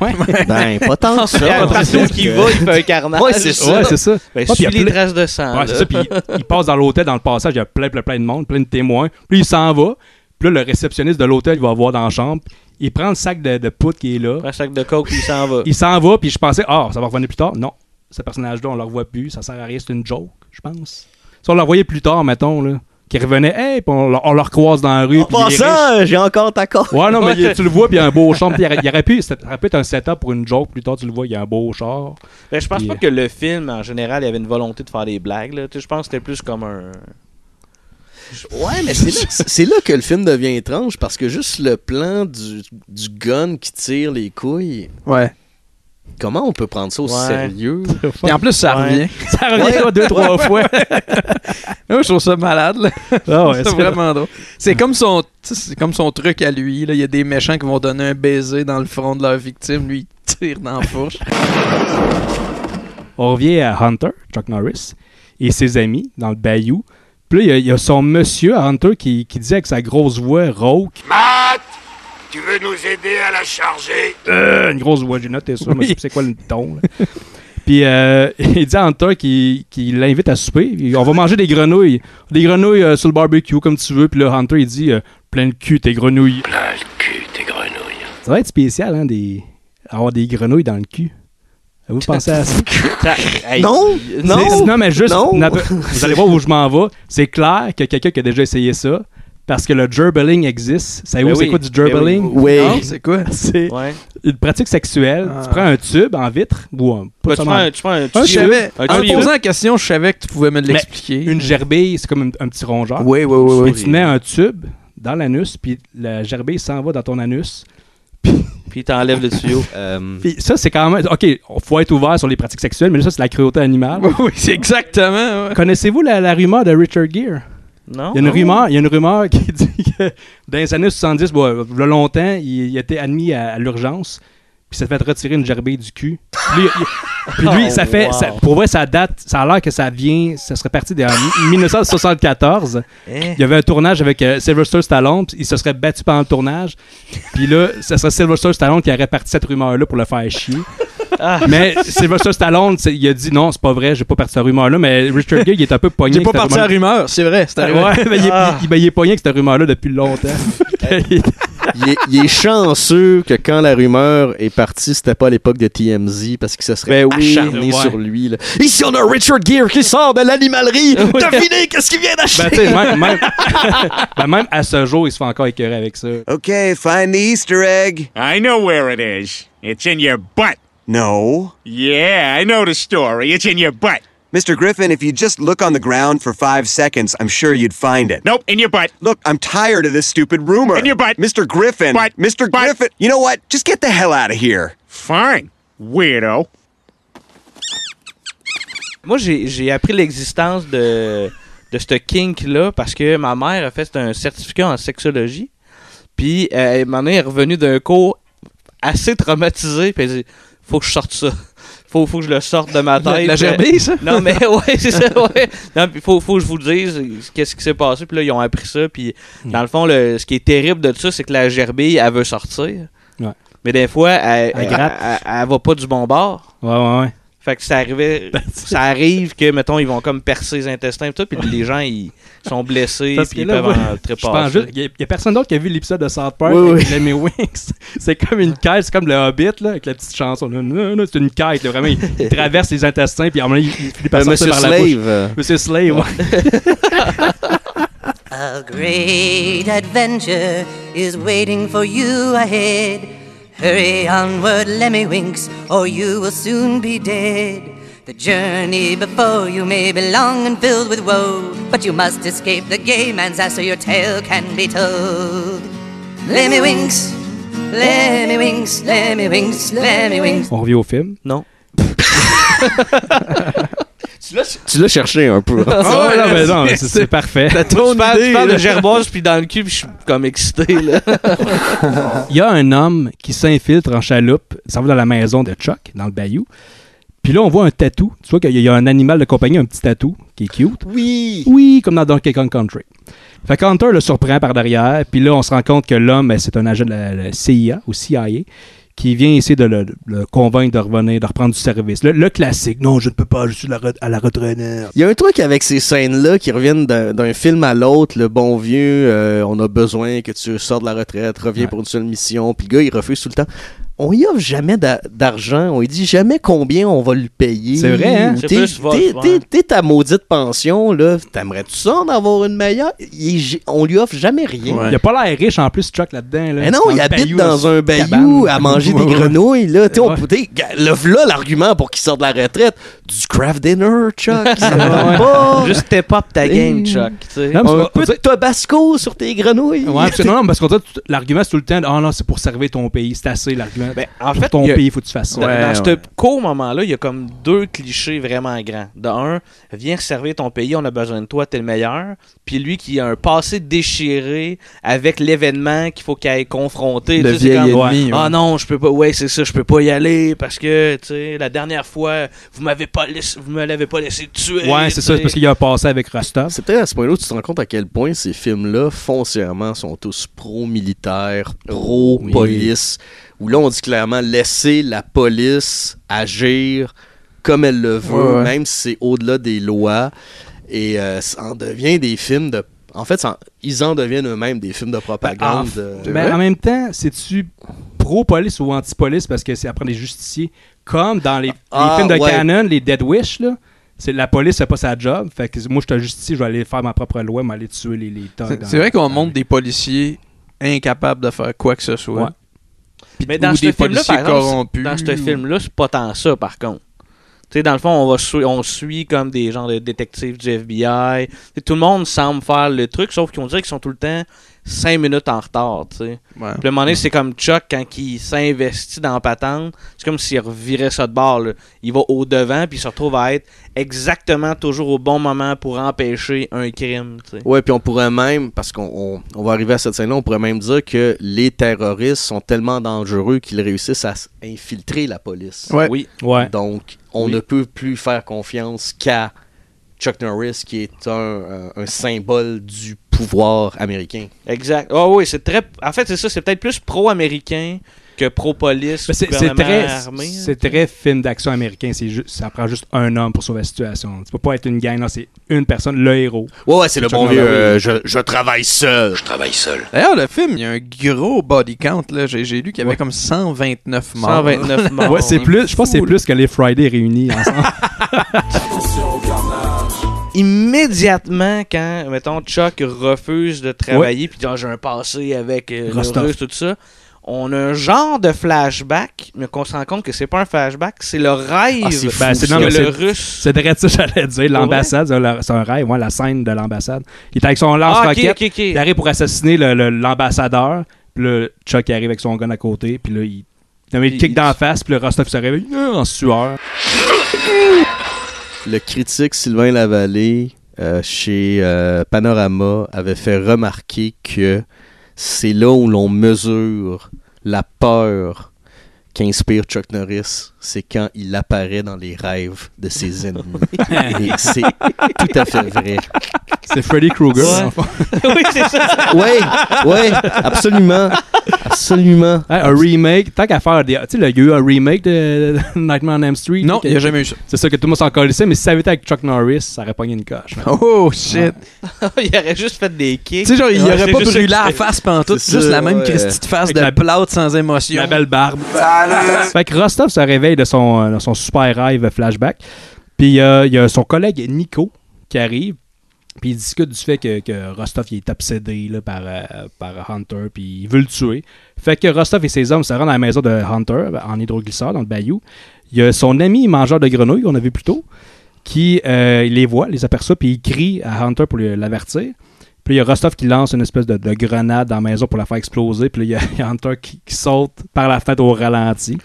Ouais. Ben, pas tant que ça. Partout qu'il va, il fait un carnage. Ouais, c'est ça. Ouais, c'est ça. Ben, Ah, puis il y suis a les plein- traces de sang. Ouais, là. c'est ça. Puis il, il passe dans l'hôtel, dans le passage, il y a plein, plein, plein de monde, plein de témoins. Puis il s'en va. Puis là, le réceptionniste de l'hôtel, il va voir dans la chambre. Il prend le sac de, de poudre qui est là. Un sac de coke, puis il s'en va. Il s'en va, puis je pensais, ah, ça va revenir plus tard. Non, ce personnage-là, on le revoit plus, ça sert à rien, c'est une joke, je pense. Si on le revoyait plus tard, mettons, là, qu'il revenait, hey, puis on, le- on le recroise dans la rue. En puis il est riche. passant, j'ai encore ta carte. Ouais, non, mais il- tu le vois, puis il y a un beau char. Puis il aurait- il aurait pu, ça aurait pu être un setup pour une joke. Plus tard, tu le vois, il y a un beau char. Ben, je pense Puis- pas que le film, en général, il y avait une volonté de faire des blagues. Là. Tu sais, Je pense que c'était plus comme un. Ouais, mais c'est là, c'est là que le film devient étrange parce que juste le plan du, du gun qui tire les couilles, Ouais. comment on peut prendre ça au Ouais. sérieux? Et en plus, ça Ouais. revient. Ça revient là deux, trois fois. Moi, je trouve ça malade, là. Ah ouais, c'est c'est vraiment drôle. C'est comme son tu sais, c'est comme son truc à lui. là. Il y a des méchants qui vont donner un baiser dans le front de leur victime. Lui, il tire dans la fourche. On revient à Hunter, Chuck Norris, et ses amis dans le bayou. Puis là, il y a- il y, a son monsieur, Hunter, qui, qui dit avec sa grosse voix rauque. Matt, tu veux nous aider à la charger Euh, une grosse voix, j'ai noté ça, mais je sais c'est quoi le ton. là. Puis euh, il dit à Hunter qu'il qu'il l'invite à souper. Il- On va manger des grenouilles. Des grenouilles euh, sur le barbecue, comme tu veux. Puis là, Hunter, il dit euh, plein le cul, tes grenouilles. Plein le cul, tes grenouilles. Ça va être spécial, hein, des... avoir des grenouilles dans le cul. Vous pensez à ça? Ça- hey, Non, Ben, C'est- non, non, mais juste, non. na- vous allez voir où je m'en vais. C'est clair qu'il y a quelqu'un qui a déjà essayé ça parce que le gerbiling existe. Savez-vous Ben c'est oui, quoi du ben oui. gerbiling? Oui. Non, c'est quoi? C'est Ouais. Ben, une pratique sexuelle. Ah. Tu prends un tube en vitre ou un, pas Ben, tu, seulement- prends un, tu prends un. Un Je tuyau. savais- Un en me tuyau. posant la question, je savais que tu pouvais me l'expliquer. une gerbille, c'est comme un, un petit rongeur. Oui, oui, oui. Puis oui. tu mets un tube dans l'anus, puis la gerbille s'en va dans ton anus. Puis il t'enlève le tuyau. Euh, Puis ça, c'est quand même. OK, faut être ouvert sur les pratiques sexuelles, mais là, ça, c'est la cruauté animale. Oui, oui, c'est exactement. ouais. Connaissez-vous la, la rumeur de Richard Gere? Non? Ah, Il y a une oh. rumeur, il y a une rumeur qui dit que dans les années 70, bon, euh, le longtemps, il, il était admis à, à l'urgence, puis ça fait retirer une gerbille du cul. Puis lui, il- puis lui, Oh, ça fait, wow. ça- pour vrai, ça date, ça a l'air que ça vient, ça serait parti de en 1974. Eh. Il y avait un tournage avec euh, Sylvester Stallone, puis il se serait battu pendant le tournage, puis là, ça serait Sylvester Stallone qui aurait parti cette rumeur-là pour le faire chier. Ah. Mais Sylvester Stallone, c'est- il a dit non, c'est pas vrai, j'ai pas parti cette rumeur-là, mais Richard Gere, il est un peu pogné. J'ai avec pas cette parti rumeur-là. à rumeur, c'est vrai, Ah, c'est arrivé. Ouais, mais il, est- il- ben, il est pogné avec cette rumeur-là depuis longtemps. il, est, il est chanceux que quand la rumeur est partie, c'était pas à l'époque de TMZ parce qu'il se serait Ben oui, acharné ouais. sur lui. là. Ici, on a Richard Gere qui sort de l'animalerie. Devinez qu'est-ce qu'il vient ben, tu d'acheter. Euh, sais, même, même, ben, même à ce jour, il se fait encore écœurer avec ça. Okay, find the Easter egg. I know where it is. It's in your butt. No. Yeah, I know the story. It's in your butt. Mr. Griffin, if you just look on the ground for five seconds, I'm sure you'd find it. Nope, in your butt. Look, I'm tired of this stupid rumor. In your butt. Mr. Griffin. Butt. Mr. Butt. Griffin. You know what? Just get the hell out of here. Fine, weirdo. Moi, j'ai j'ai appris l'existence de, de ce kink-là parce que ma mère a fait un certificat en sexologie. Puis, euh, elle- ma mère est revenue d'un cours assez traumatisée. Puis, elle dit Faut que je sorte ça. Faut, faut que je le sorte de ma La, tête. la gerbille, ça? Non, mais ouais, c'est ça, ouais. Non, puis faut, faut que je vous dise qu'est-ce qui s'est passé. Puis là, ils ont appris ça. Puis dans le fond, le, ce qui est terrible de ça, c'est que la gerbille, elle veut sortir. Ouais. Mais des fois, elle, Elle elle, gratte. elle- elle va pas du bon bord. Ouais, ouais, ouais. Fait que ça arrivait, ça arrive que, mettons, ils vont comme percer les intestins et tout, puis les gens, ils sont blessés, Parce puis que ils là, peuvent moi, en Je pense trépasser. juste, il n'y a, y a personne d'autre qui a vu l'épisode de South Park hein. Oui, avec les Wings. C'est comme une quête, c'est comme le Hobbit, là, avec la petite chanson. là. Non, non, c'est une quête, là, vraiment. Il, il traverse les intestins, puis à un moment donné, il, il finit par Euh, sortir Monsieur par Slave, la euh. bouche. Monsieur Slave. ouais. A great adventure is waiting for you ahead. Hurry onward, Lemmywinks, or you will soon be dead. The journey before you may be long and filled with woe, but you must escape the gay man's ass so your tale can be told. Lemmywinks, Lemmywinks, Lemmywinks, Lemmywinks. On revient au film. Non. Tu l'as cherché un peu. Ah ouais, non, mais non, mais c'est- c'est parfait. Tu parles, tu parles de gerboise, puis dans le cul, puis je suis comme excité, là. Il y a un homme qui s'infiltre en chaloupe, il s'en va dans la maison de Chuck, dans le bayou. Puis là, on voit un tatou. Tu vois qu'il y a- il y a un animal de compagnie, un petit tatou, qui est cute. Oui! Oui, comme dans Donkey Kong Country. Fait que Hunter le surprend par derrière, puis là, on se rend compte que l'homme, ben, c'est un agent de la, la CIA ou CIA qui vient essayer de le, de le convaincre de revenir, de reprendre du service. Le, le classique, non, je ne peux pas, je suis la re- à la retraite. Il y a un truc avec ces scènes-là qui reviennent d'un d'un film à l'autre. Le bon vieux, euh, on a besoin que tu sors de la retraite, reviens pour une seule mission. Puis le gars, il refuse tout le temps. On y offre jamais d'a- d'argent. On lui dit jamais combien on va lui payer. C'est vrai, hein? Ou C'est T'es plus votre, hein. t'es- ouais. t'es- t'es ta maudite pension, là. T'aimerais-tu ça en avoir une meilleure? Il est gé- on lui offre jamais rien. Il a pas l'air riche en plus, Chuck, là-dedans. Là. Mais non, Dans il le habite bayou, dans là, un sur une bayou cabane. à manger Ouais, des ouais. grenouilles. Là, T'sais, on Ouais. peut- le là l'argument pour qu'il sorte de la retraite. Du craft dinner, Chuck. Ça Ouais. donne pas. Juste step up ta game, Chuck, tu sais. Non, parce Un qu'on- peu de Tabasco sur tes grenouilles. Ouais, parce que- non, non, parce qu'on dit tout- l'argument c'est tout le temps ah non, c'est pour servir ton pays, c'est assez l'argument. Ben, en Pour fait, ton il y a- pays, faut que tu fasses ça. Dans, dans ce court moment-là, il y a comme deux clichés vraiment grands. De un, viens servir ton pays, on a besoin de toi, t'es le meilleur. Puis lui qui a un passé déchiré avec l'événement qu'il faut qu'il aille confronter. Le Tu sais, c'est vieil comme, ennemi, Ah ouais. non, je peux pas, ouais, c'est ça, je peux pas y aller parce que, tu sais, la dernière fois, vous m'avez pas laissé, vous me l'avez pas laissé tuer. Ouais, c'est ça, tu sais. c'est parce qu'il y a un passé avec Rostov. C'est peut-être à ce point-là où tu te rends compte à quel point ces films-là, foncièrement, sont tous pro-militaires, pro-police. Où là, on dit clairement laisser la police agir comme elle le veut, Ouais, ouais. même si c'est au-delà des lois. Et euh, ça en devient des films de. En fait, ça en- ils en deviennent eux-mêmes des films de propagande. euh, Ah, Mais en même temps, c'est-tu pro-police ou anti-police parce que c'est après les justiciers? Comme dans les, les Ah, films de ouais. Canon, les Dead Wish, là. C'est, la police fait pas sa job. Fait que moi, je suis un justicier, je vais aller faire ma propre loi, m'aller tuer les, les thugs C'est dans- c'est vrai qu'on montre des policiers incapables de faire quoi que ce soit. Ouais. Puis- Mais dans ou ce des film-là, policiers par exemple, corrompus. dans ce film-là, c'est pas tant ça, par contre. Tu sais, dans le fond, on, va sui- on suit comme des gens de détectives du FBI. T'sais, tout le monde semble faire le truc, sauf qu'on dirait qu'ils sont tout le temps 5 minutes en retard. tu sais. Ouais. Puis à un moment donné, c'est comme Chuck, quand il s'investit dans la patente, c'est comme s'il revirait ça de bord. là. Il va au-devant, puis il se retrouve à être exactement toujours au bon moment pour empêcher un crime. tu sais. Ouais, puis on pourrait même, parce qu'on on- on va arriver à cette scène-là, on pourrait même dire que les terroristes sont tellement dangereux qu'ils réussissent à s- infiltrer la police. Ouais. Oui. Ouais. Donc, on Oui. ne peut plus faire confiance qu'à Chuck Norris, qui est un, euh, un symbole du pouvoir américain. Exact. Ah oui, c'est très. En fait, c'est ça, c'est peut-être plus pro-américain que pro-police. Mais Ben, c'est, c'est gouvernement très, armé, hein, là, c'est tu sais. très film d'action américain. C'est ju- ça prend juste un homme pour sauver la situation. Tu peux pas être une gang, là, c'est une personne, le héros. Ouais, ouais, c'est le Chuck bon vieux. Norris. euh, je, je travaille seul. Je travaille seul. D'ailleurs, le film, il y a un gros body count. là. J'ai j'ai lu qu'il y avait comme 129 morts. 129 morts. ouais, c'est hein. plus, je pense que c'est plus que les Friday réunis hein. ensemble. Immédiatement, quand, mettons, Chuck refuse de travailler, puis dit Ah, j'ai un passé avec euh, le Rostov. Russe, tout ça, on a un genre de flashback, mais qu'on se rend compte que c'est pas un flashback, c'est le rêve Ah, c'est fou, ça. que Ben, c'est- le Russe. c'est direct ça, j'allais dire. L'ambassade, c'est un- c'est un rêve, ouais, la scène de l'ambassade. Il est avec son Ah, lance-roquette. ok, ok, ok. Il arrive pour assassiner le- le- l'ambassadeur. Puis là, Chuck il arrive avec son gun à côté. Puis là, il, finalement, il Puis kick il- dans la face. Puis le Rostov se réveille euh, en sueur. Le critique Sylvain Lavallée euh, chez euh, Panorama avait fait remarquer que c'est là où l'on mesure la peur qu'inspire Chuck Norris, c'est quand il apparaît dans les rêves de ses ennemis. Et c'est tout à fait vrai. C'est Freddy Krueger. Ouais. en fait. oui, c'est ça. ouais, ouais, absolument. Absolument. Hey, un remake, tant qu'à faire des. Tu sais, là, il y a eu un remake de Nightmare on Elm Street. Non, Que- il n'y a jamais eu ça. C'est ça que tout le monde s'en colissait, mais si ça avait été avec Chuck Norris, ça aurait pogné une coche. man. Oh shit! il aurait juste fait des kicks. Tu sais, genre, il Ouais, aurait c'est pas juste ça brûlé que la je- face pendant tout, C'est juste ça, la même ouais. Christie de face Avec de la- plate sans émotion. La belle barbe. Salut! Fait que Rostov se réveille de son, euh, de son super rêve flashback. Puis euh, il y a son collègue Nico qui arrive. Puis il discute du fait que, que Rostov il est obsédé là, par, euh, par Hunter. Puis il veut le tuer. Fait que Rostov et ses hommes se rendent à la maison de Hunter en hydroglisseur dans le bayou. Il y a son ami mangeur de grenouilles qu'on a vu plus tôt qui euh, les voit, les aperçoit. Puis il crie à Hunter pour lui- l'avertir. Puis il y a Rostov qui lance une espèce de, de grenade dans la maison pour la faire exploser. Puis là, il y a Hunter qui, qui saute par la fenêtre au ralenti.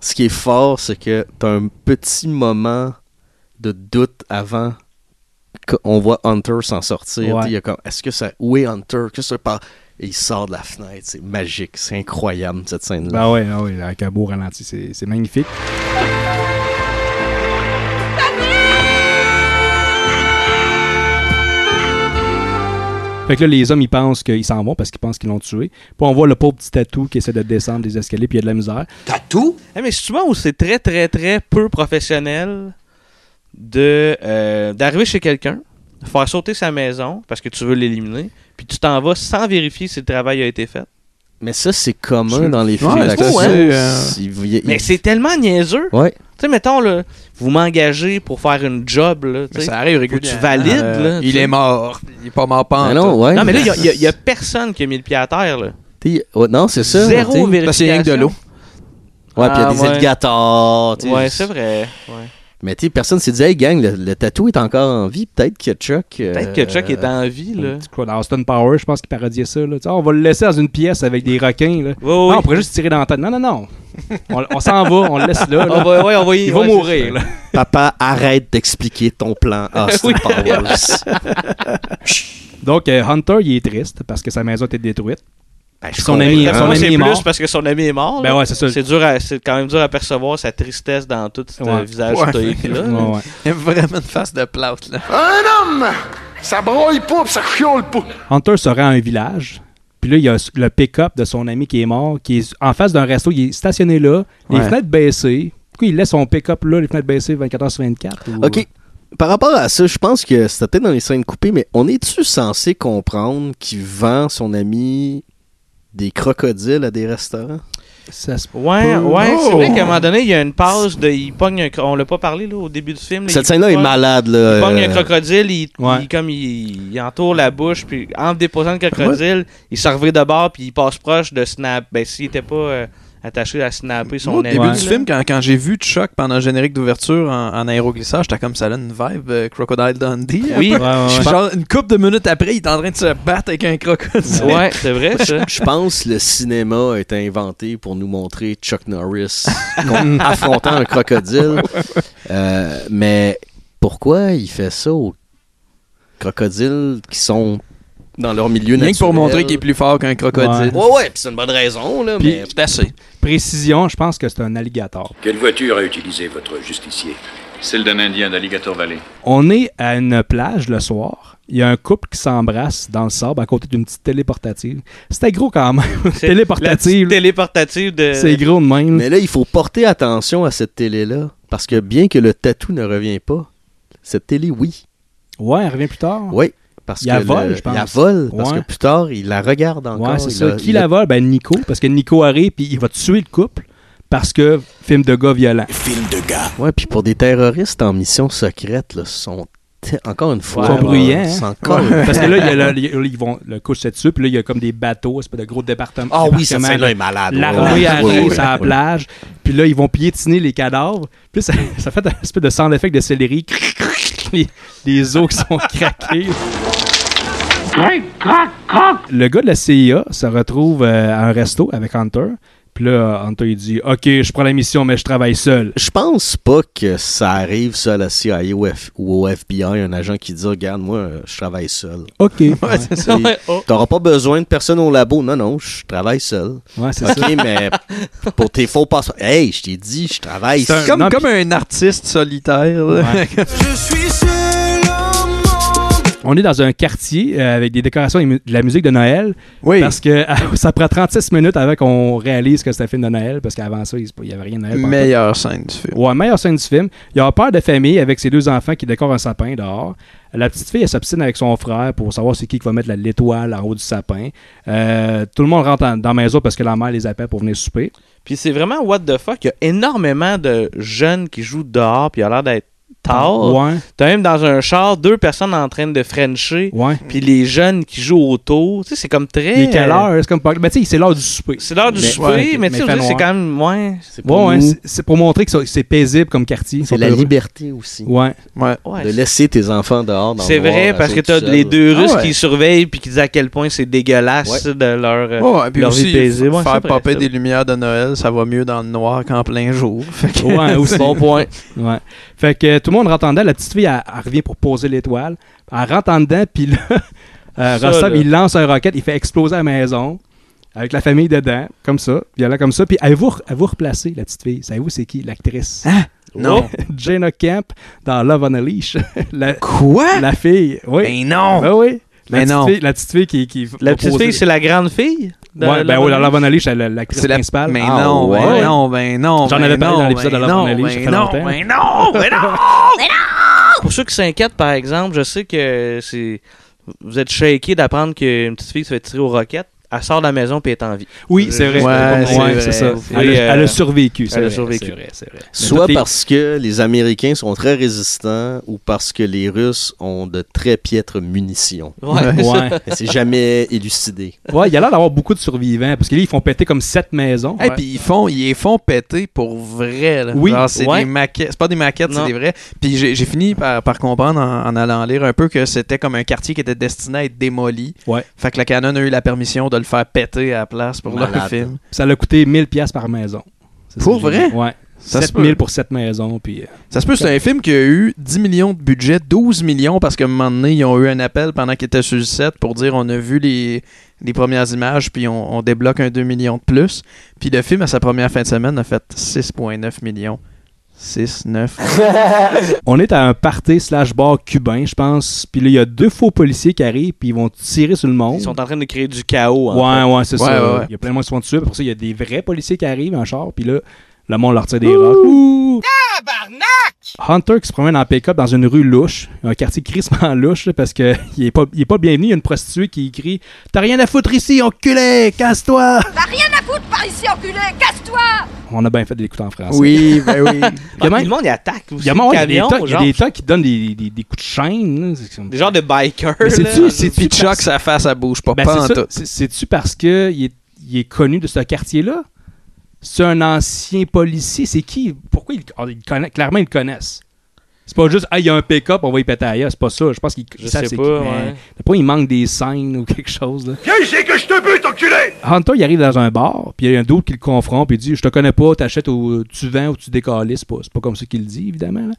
ce qui est fort, c'est que t'as un petit moment de doute avant qu'on voit Hunter s'en sortir. Ouais. T'sais, Il y a comme, est-ce que ça, où est Hunter? Qu'est-ce que ça par- Et il sort de la fenêtre. C'est magique. C'est incroyable, cette scène-là. Ben ouais, ben ouais, avec un beau ralenti, c'est c'est magnifique. Fait que là, les hommes, ils pensent qu'ils s'en vont parce qu'ils pensent qu'ils l'ont tué. Puis on voit le pauvre petit tatou qui essaie de descendre des escaliers, puis il y a de la misère. Tatou? Eh, mais souvent où c'est très, très, très peu professionnel de euh, d'arriver chez quelqu'un, faire sauter sa maison parce que tu veux l'éliminer, puis tu t'en vas sans vérifier si le travail a été fait. Mais ça, c'est commun C'est- dans les films Ouais, c'est d'action. beau, hein? Il- il- Mais c'est tellement niaiseux. Ouais. Tu sais, mettons, là, vous m'engagez pour faire une job, là, tu Mais sais. ça arrive Faut que tu régulièrement. valides, Euh, là, tu il sais. est mort. Il est pas mort pas Ben non, ouais. Non, mais là, il n'y a, personne qui a mis le pied à terre, là. T'sais, ouais, non, c'est ça. Zéro t'sais. vérification. Parce qu'il y a rien que de l'eau. Ouais, puis il y a Ah, des ouais. alligators. t'sais. Ouais, c'est vrai. Ouais. Euh, Mais tu personne s'est dit, hey gang, le, le tatou est encore en vie. Peut-être que Chuck. euh, Peut-être que Chuck est en vie, là. C'est quoi, dans Austin Power, je pense qu'il parodiait ça. Là. Tu sais, on va le laisser dans une pièce avec des requins. Là. Ouais, ouais. Non, Ah, on pourrait juste tirer dans la tête. Non, non, non. On, on s'en va, on le laisse là. là. On va, ouais, on va y- il va ouais, mourir. là. Papa, arrête d'expliquer ton plan, Ah, Austin Oui. Powers. Donc, euh, Hunter, il est triste parce que sa maison a été détruite. Ben, Son ami- hein. Parce son que moi, ami c'est est plus mort. parce que son ami est mort. Ben là. ouais, c'est ça. C'est dur à- c'est quand même dur à percevoir sa tristesse dans tout ce Ouais. visage Ouais. stoïque-là. Ouais, ouais. Il y a vraiment une face de plate, là. Un homme! Ça broille pas, pis ça chiole pas. Hunter se rend à un village. Puis là, il y a le pick-up de son ami qui est mort, qui est en face d'un resto. Il est stationné là, les Ouais. fenêtres baissées. Pourquoi il laisse son pick-up là, les fenêtres baissées 24 h sur 24? ou- OK. Par rapport à ça, je pense que c'était peut-être dans les scènes coupées, mais on est-tu censé comprendre qu'il vend son ami des crocodiles à des restaurants? Ça se- Ouais, Peu- ouais, c'est vrai Oh! qu'à un moment donné, il y a une pause de. Il pogne un cro- On l'a pas parlé là, au début du film. là, Cette il scène-là est pogne- malade, là. Il pogne un euh, crocodile, il, Ouais. il- comme il, il entoure la bouche, puis en déposant le crocodile, il se revient de bord, puis il passe proche de Snap. Ben, s'il était pas euh, attaché à snapper son Moi, au ami. début Ouais. du là. film, quand, quand j'ai vu Chuck pendant le générique d'ouverture en, en aéroglissage, j'étais comme ça, a une vibe euh, Crocodile Dundee. un Oui. peu. Ouais, ouais, ouais. Genre, une couple de minutes après, il est en train de se battre avec un crocodile. Ouais, c'est vrai ça. Je pense que le cinéma a été inventé pour nous montrer Chuck Norris con- affrontant un crocodile. Euh, mais pourquoi il fait ça aux crocodiles qui sont dans leur milieu Rien naturel? que pour montrer qu'il est plus fort qu'un crocodile. Ouais, ouais, pis c'est une bonne raison, là, mais... C'est assez. Précision, je pense que c'est un alligator. Quelle voiture a utilisé votre justicier Celle d'un Indien d'Alligator Valley. On est à une plage le soir. Il y a un couple qui s'embrasse dans le sable à côté d'une petite téléportative. C'était gros quand même. C'est téléportative. la petite Téléportative de. C'est gros de même. Mais là, il faut porter attention à cette télé-là, parce que bien que le tatou ne revient pas, cette télé, oui. Ouais, elle revient plus tard. Oui, parce Ah. Il que... la vole, le- je pense. Il la vole, parce Ouais. que plus tard, il la regarde encore. Ouais, c'est il ça. a- Qui il a- la vole? Ben Nico, parce que Nico arrive puis il va tuer le couple parce que film de gars violent. Film de gars. Ouais, puis pour des terroristes en mission secrète, là, sont te- encore une fois, Ils sont là, bruyants, sont hein? encore- Parce que là, il y a le, il- ils vont le couche dessus, puis là, il y a comme des bateaux, c'est pas de gros départements. Ah oui, cette débarquements. scène-là est malade. L'armée Ouais, arrive ouais, ouais, sur la ouais. plage, puis là, ils vont piétiner les cadavres. Puis ça, ça fait un espèce de sound effect de céleri. Les, les os qui sont craqués. Le gars de la CIA se retrouve euh, à un resto avec Hunter. Puis là, Hunter, il dit « Ok, je prends la mission, mais je travaille seul. Je pense pas que ça arrive ça à la CIA ou, F- ou au FBI, un agent qui dit Regarde, moi, euh, je travaille seul. Ok. Ouais, Tu T'auras pas besoin de personne au labo. Non, non, je travaille seul. ouais, c'est Ok, ça. mais pour tes faux passeports. Hey, je t'ai dit, je travaille C'est un- seul. Comme, non, comme un artiste solitaire. là. Ouais. on est dans un quartier euh, avec des décorations et mu- de la musique de Noël. Oui. Parce que ça prend 36 minutes avant qu'on réalise que c'est un film de Noël, parce qu'avant ça, il n'y avait rien de Noël. pantoute. Meilleure scène du film. Ouais, meilleure scène du film. Il y a un père de famille avec ses deux enfants qui décorent un sapin dehors. La petite fille, elle s'obstine avec son frère pour savoir c'est qui qui va mettre la- l'étoile en haut du sapin. Euh, tout le monde rentre en- dans la maison parce que la mère les appelle pour venir souper. Puis c'est vraiment what the fuck. Il y a énormément de jeunes qui jouent dehors, puis il a l'air d'être tard. Ouais. T'as même dans un char deux personnes en train de frencher, Ouais. puis les jeunes qui jouent autour. Tu sais, c'est comme très. Eh! euh, Il est quelle heure? C'est comme pas- Mais tu sais, c'est l'heure du souper. C'est l'heure du Mais- souper, ouais, mais mais tu sais, fait aujourd'hui, c'est noir. quand même moins. C'est Ouais, pour ouais, nous. c'est- c'est pour montrer que ça- c'est paisible comme quartier. C'est la liberté aussi. Ouais. Ouais. Ouais, De c'est- laisser tes enfants dehors dans le C'est noir, vrai, à parce que sauter t'as seul. les deux Ah Russes ouais. qui surveillent puis qui disent à quel point c'est dégueulasse de leur, euh, Ouais, puis leur aussi, vie paisible. Ouais, faire c'est vrai, popper c'est des vrai. lumières de Noël, ça va mieux dans le noir qu'en plein jour. Fait que- Ouais, aussi. Bon point. Ouais. Fait que euh, tout le monde rentre en dedans. La petite fille, elle, elle revient pour poser l'étoile. Elle rentre en dedans, puis là, euh, Ça, Rostam, là. il lance un rocket, il fait exploser la maison avec la famille dedans, comme ça, violent comme ça. Puis avez-vous avez replacé la petite fille? Savez-vous c'est qui? L'actrice. Oh, non. Jenna Camp dans Love on a Leash. la, Quoi? la fille, oui. Mais non! Ben oui. La Mais petite non. Fille, la petite fille qui. qui La petite proposait- fille, c'est la grande fille? de Ouais, ben la- oui, dans Love on a Leash, elle est l'actrice C'est la- principale. Mais Ah, non, ouais. ben non, ben non. J'en ben avais parlé non, dans l'épisode ben de la non, Bonne Allée, ça ben fait non, longtemps. ben non, ben non! Pour ceux qui s'inquiètent, par exemple, je sais que c'est vous êtes shaké d'apprendre qu'une petite fille se fait tirer aux roquettes. Elle sort de la maison puis elle est en vie. Oui, c'est vrai. Ouais, c'est vrai. c'est ça. C'est- Elle, a- elle euh, a survécu. c'est elle a vrai, survécu. c'est vrai, c'est vrai. Soit toutes les- parce que les Américains sont très résistants ou parce que les Russes ont de très piètres munitions. Ouais. Ouais. Mais c'est jamais élucidé. Ouais, il y a l'air d'avoir beaucoup de survivants parce que là, ils font péter comme sept maisons. Et puis ils font, ils les font péter pour vrai. Là. Oui, Genre, c'est ouais. des maquettes. C'est pas des maquettes, c'est Non. des vrais. Puis j'ai j'ai fini par, par comprendre en, en allant lire un peu que c'était comme un quartier qui était destiné à être démoli. Ouais. Fait que la Canon a eu la permission de le faire péter à la place pour leur Malade. film. Ça l'a coûté 1000 pièces par maison. C'est Pour ce que j'ai vrai? dit. Ouais. Ça se 7000 peut. pour sept maisons puis euh, Ça se peut, c'est un film qui a eu 10 millions de budget, 12 millions parce qu'à un moment donné, ils ont eu un appel pendant qu'ils étaient sur le set pour dire on a vu les, les premières images, puis on, on débloque un 2 millions de plus. Puis le film, à sa première fin de semaine, a fait 6,9 millions. 6, 9. on est à un party slash bar cubain, je pense. Puis là, il y a deux faux policiers qui arrivent puis ils vont tirer sur le monde. Ils sont en train de créer du chaos. en Ouais, ouais, c'est Ouais, ça. ouais, ouais. Il y a plein de monde qui se font tuer. Pour ça, il y a des vrais policiers qui arrivent en char. Puis là, le monde leur tire des roches. Ouh! Hunter qui se promène en pick-up dans une rue louche, un quartier crissement louche, là, parce que il est, pas, il est pas bienvenu. Il y a une prostituée qui crie T'as rien à foutre ici, enculé Casse-toi Par ici, enculé, casse-toi On a bien fait de l'écouter en français. oui, ben oui. Il y a Ah, même- puis le monde il attaque il aussi. y a même- le ouais, il y a camion, des tas- il y a genre. des tas qui donnent des, des- des coups de chaîne. là. C'est comme- Des genres de bikers. Mais là. c'est-tu- c'est- Puis Chuck, sa face, ça bouge pas. Ben, pas en c'est ça. tout. C'est- C'est-tu parce qu'il est, il est connu de ce quartier-là C'est un ancien policier C'est qui Pourquoi ils, oh, ils le connaissent? Clairement, ils le connaissent. C'est pas juste, ah, il y a un pick-up, on va y péter ailleurs. C'est pas ça. Je pense qu'ils Je savent sais c'est pas, qui, ouais. mais Après, il manque des scènes ou quelque chose. là. Viens ici que je te bute, enculé Hunter, il arrive dans un bar, puis il y a un d'autre qui le confronte, puis il dit Je te connais pas, t'achètes ou tu vends ou tu décales. C'est pas, c'est pas comme ça qu'il le dit, évidemment. là.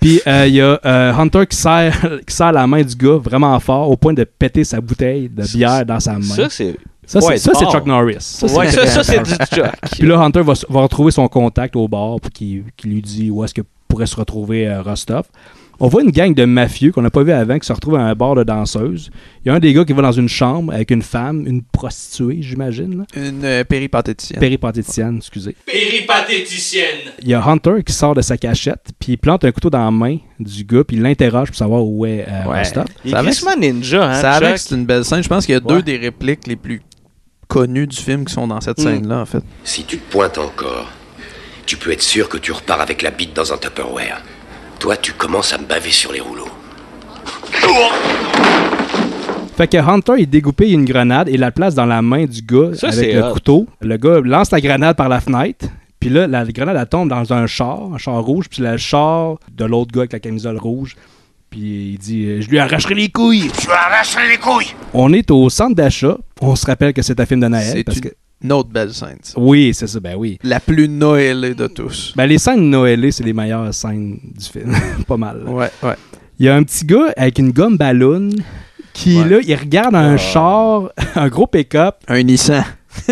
puis euh, il y a euh, Hunter qui serre, qui serre la main du gars vraiment fort, au point de péter sa bouteille de bière dans sa main. Ça, c'est. Ça, Ouais, c'est- ça, c'est fort. Chuck Norris. Ça, c'est- Ouais, ça, ça, c'est du Chuck. Puis là, Hunter va, s- va retrouver son contact au bar puis qui, qui lui dit où est-ce que pourrait se retrouver euh, Rostov. On voit une gang de mafieux qu'on n'a pas vu avant qui se retrouve à un bar de danseuses. Il y a un des gars qui va dans une chambre avec une femme, une prostituée, j'imagine. là. Une euh, péripatéticienne. Péripatéticienne, excusez. Péripatéticienne. Il y a Hunter qui sort de sa cachette, puis il plante un couteau dans la main du gars, puis il l'interroge pour savoir où est euh, Ouais. Rostov. Il est Ça avait- crissement ninja, hein. ça avec, Chuck. c'est une belle scène. Je pense qu'il y a Ouais. deux des répliques les plus connues du film qui sont dans cette Mm. scène-là, en fait. Si tu te pointes encore, tu peux être sûr que tu repars avec la bite dans un Tupperware. Toi, tu commences à me baver sur les rouleaux. Fait que Hunter, il dégoupille une grenade et la place dans la main du gars Ça, avec c'est le hot. couteau. Le gars lance la grenade par la fenêtre. Puis là, la grenade, elle tombe dans un char, un char rouge. Puis c'est le char de l'autre gars avec la camisole rouge. Puis il dit euh, Je lui arracherai les couilles. Tu arracherais les couilles On est au centre d'achat. On se rappelle que c'est un film de Noël. C'est Parce une... que... autre belle scène. ça. Oui, c'est ça, ben oui. La plus noëlée de tous. Ben, les scènes noëlées, c'est les meilleures scènes du film. Pas mal. Ouais, ouais. Il y a un petit gars avec une gomme ballon qui, Ouais. Ah. là, il regarde un char, un gros pick-up. Un Nissan.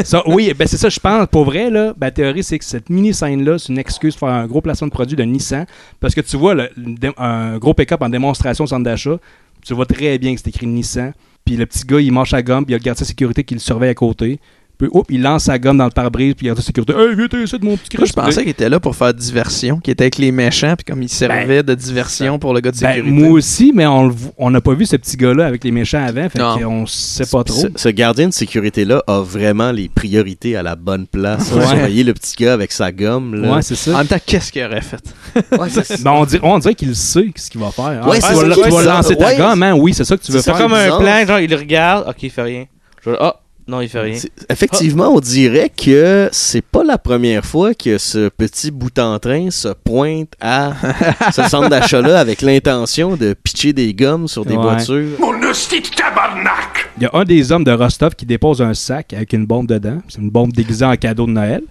Ça, oui, ben c'est ça, je pense. Pour vrai, là, ben, la théorie, c'est que cette mini-scène-là, c'est une excuse pour faire un gros placement de produit de Nissan. Parce que tu vois le- le dé- un gros pick-up en démonstration au centre d'achat. Tu vois très bien que c'est écrit Nissan. Puis le petit gars, il marche à gomme, puis il y a le gardien de sécurité qui le surveille à côté. Puis, oups, il lance sa gomme dans le pare-brise, puis il y a la sécurité. Hey, viens t'essayer de mon petit Moi, Chris. je pensais qu'il était là pour faire diversion, qu'il était avec les méchants, puis comme il servait de diversion pour le gars de Ben, sécurité. moi aussi, mais on le vo- on n'a pas vu ce petit gars-là avec les méchants avant, fait qu'on sait pas trop. Ce, ce gardien de sécurité-là a vraiment les priorités à la bonne place. Ouais. Surveiller le petit gars avec sa gomme. Là. Ouais, c'est ça. Ah, En même temps, qu'est-ce qu'il aurait fait? Ben, on, dirait, on dirait qu'il sait ce qu'il va faire. Ah, Ouais, tu c'est vas, ça, tu vas ouais, ça. lancer ta Ouais. gomme, hein? Oui, c'est ça que tu veux C'est faire. comme un plan, genre, il le regarde, ok, il fait rien. Je- Ah, non, il fait rien. Effectivement, on dirait que c'est pas la première fois que ce petit bout en train se pointe à ce centre d'achat-là avec l'intention de pitcher des gommes sur des Ouais. voitures. Mon hostie de tabarnak Il y a un des hommes de Rostov qui dépose un sac avec une bombe dedans. C'est une bombe déguisée en cadeau de Noël.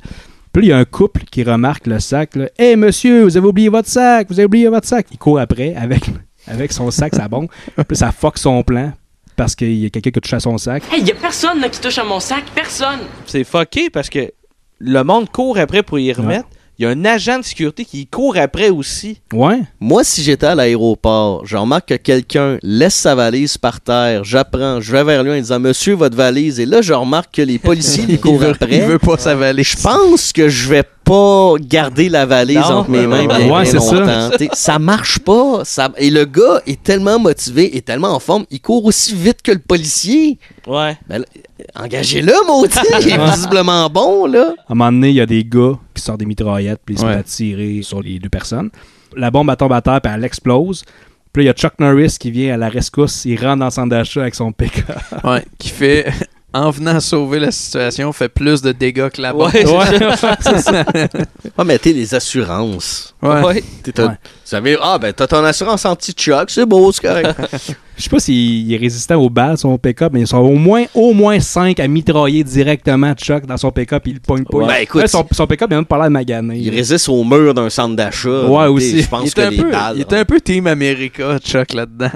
Puis là, il y a un couple qui remarque le sac. là. Hey monsieur, vous avez oublié votre sac, vous avez oublié votre sac. Il court après avec, avec son sac, sa bombe. Puis ça fuck son plan parce qu'il y a quelqu'un qui a touché à son sac. Hey, y a personne là, qui touche à mon sac, personne! C'est fucké parce que le monde court après pour y remettre. Il y a un agent de sécurité qui court après aussi. Ouais. Moi, si j'étais à l'aéroport, je remarque que quelqu'un laisse sa valise par terre, j'apprends, je vais vers lui en disant Monsieur, votre valise. Et là, je remarque que les policiers les courent veut- après. il veut pas sa valise. Je pense que je vais pas garder la valise Non. entre mes mains. Ouais, bien, bien c'est ça. longtemps. T'sais, Ça marche pas. Ça... Et le gars est tellement motivé et tellement en forme, il court aussi vite que le policier. Ouais. Ben, là, engagez-le, maudit. Il est visiblement bon, là. À un moment donné, il y a des gars qui sortent des mitraillettes puis ils se Ouais. mettent à tirer sur les deux personnes. La bombe elle tombe à terre puis elle explose. Puis là, il y a Chuck Norris qui vient à la rescousse. Il rentre dans le centre d'achat avec son pick-up. Ouais, qui fait, en venant sauver la situation, fait plus de dégâts que la bombe. Ouais, c'est ça. C'est ça. Ouais, Ah, mais t'es les assurances. Ouais. Ouais. T'es- t'as- Ouais. Vous savez, ah, ben, t'as ton assurance anti-choc, c'est beau, c'est correct. Je sais pas s'il est résistant aux balles, son pick-up, mais ils sont au moins, au moins 5 à mitrailler directement Chuck dans son pick-up. Il le pogne pas. Ouais. Ben, écoute, Là, son, son pick-up, il a même pas l'air magané. Il résiste au mur d'un centre d'achat. Ouais, T'sais, aussi. Je pense Il que était un les peu- balles. Il était un peu Team America, Chuck, là-dedans.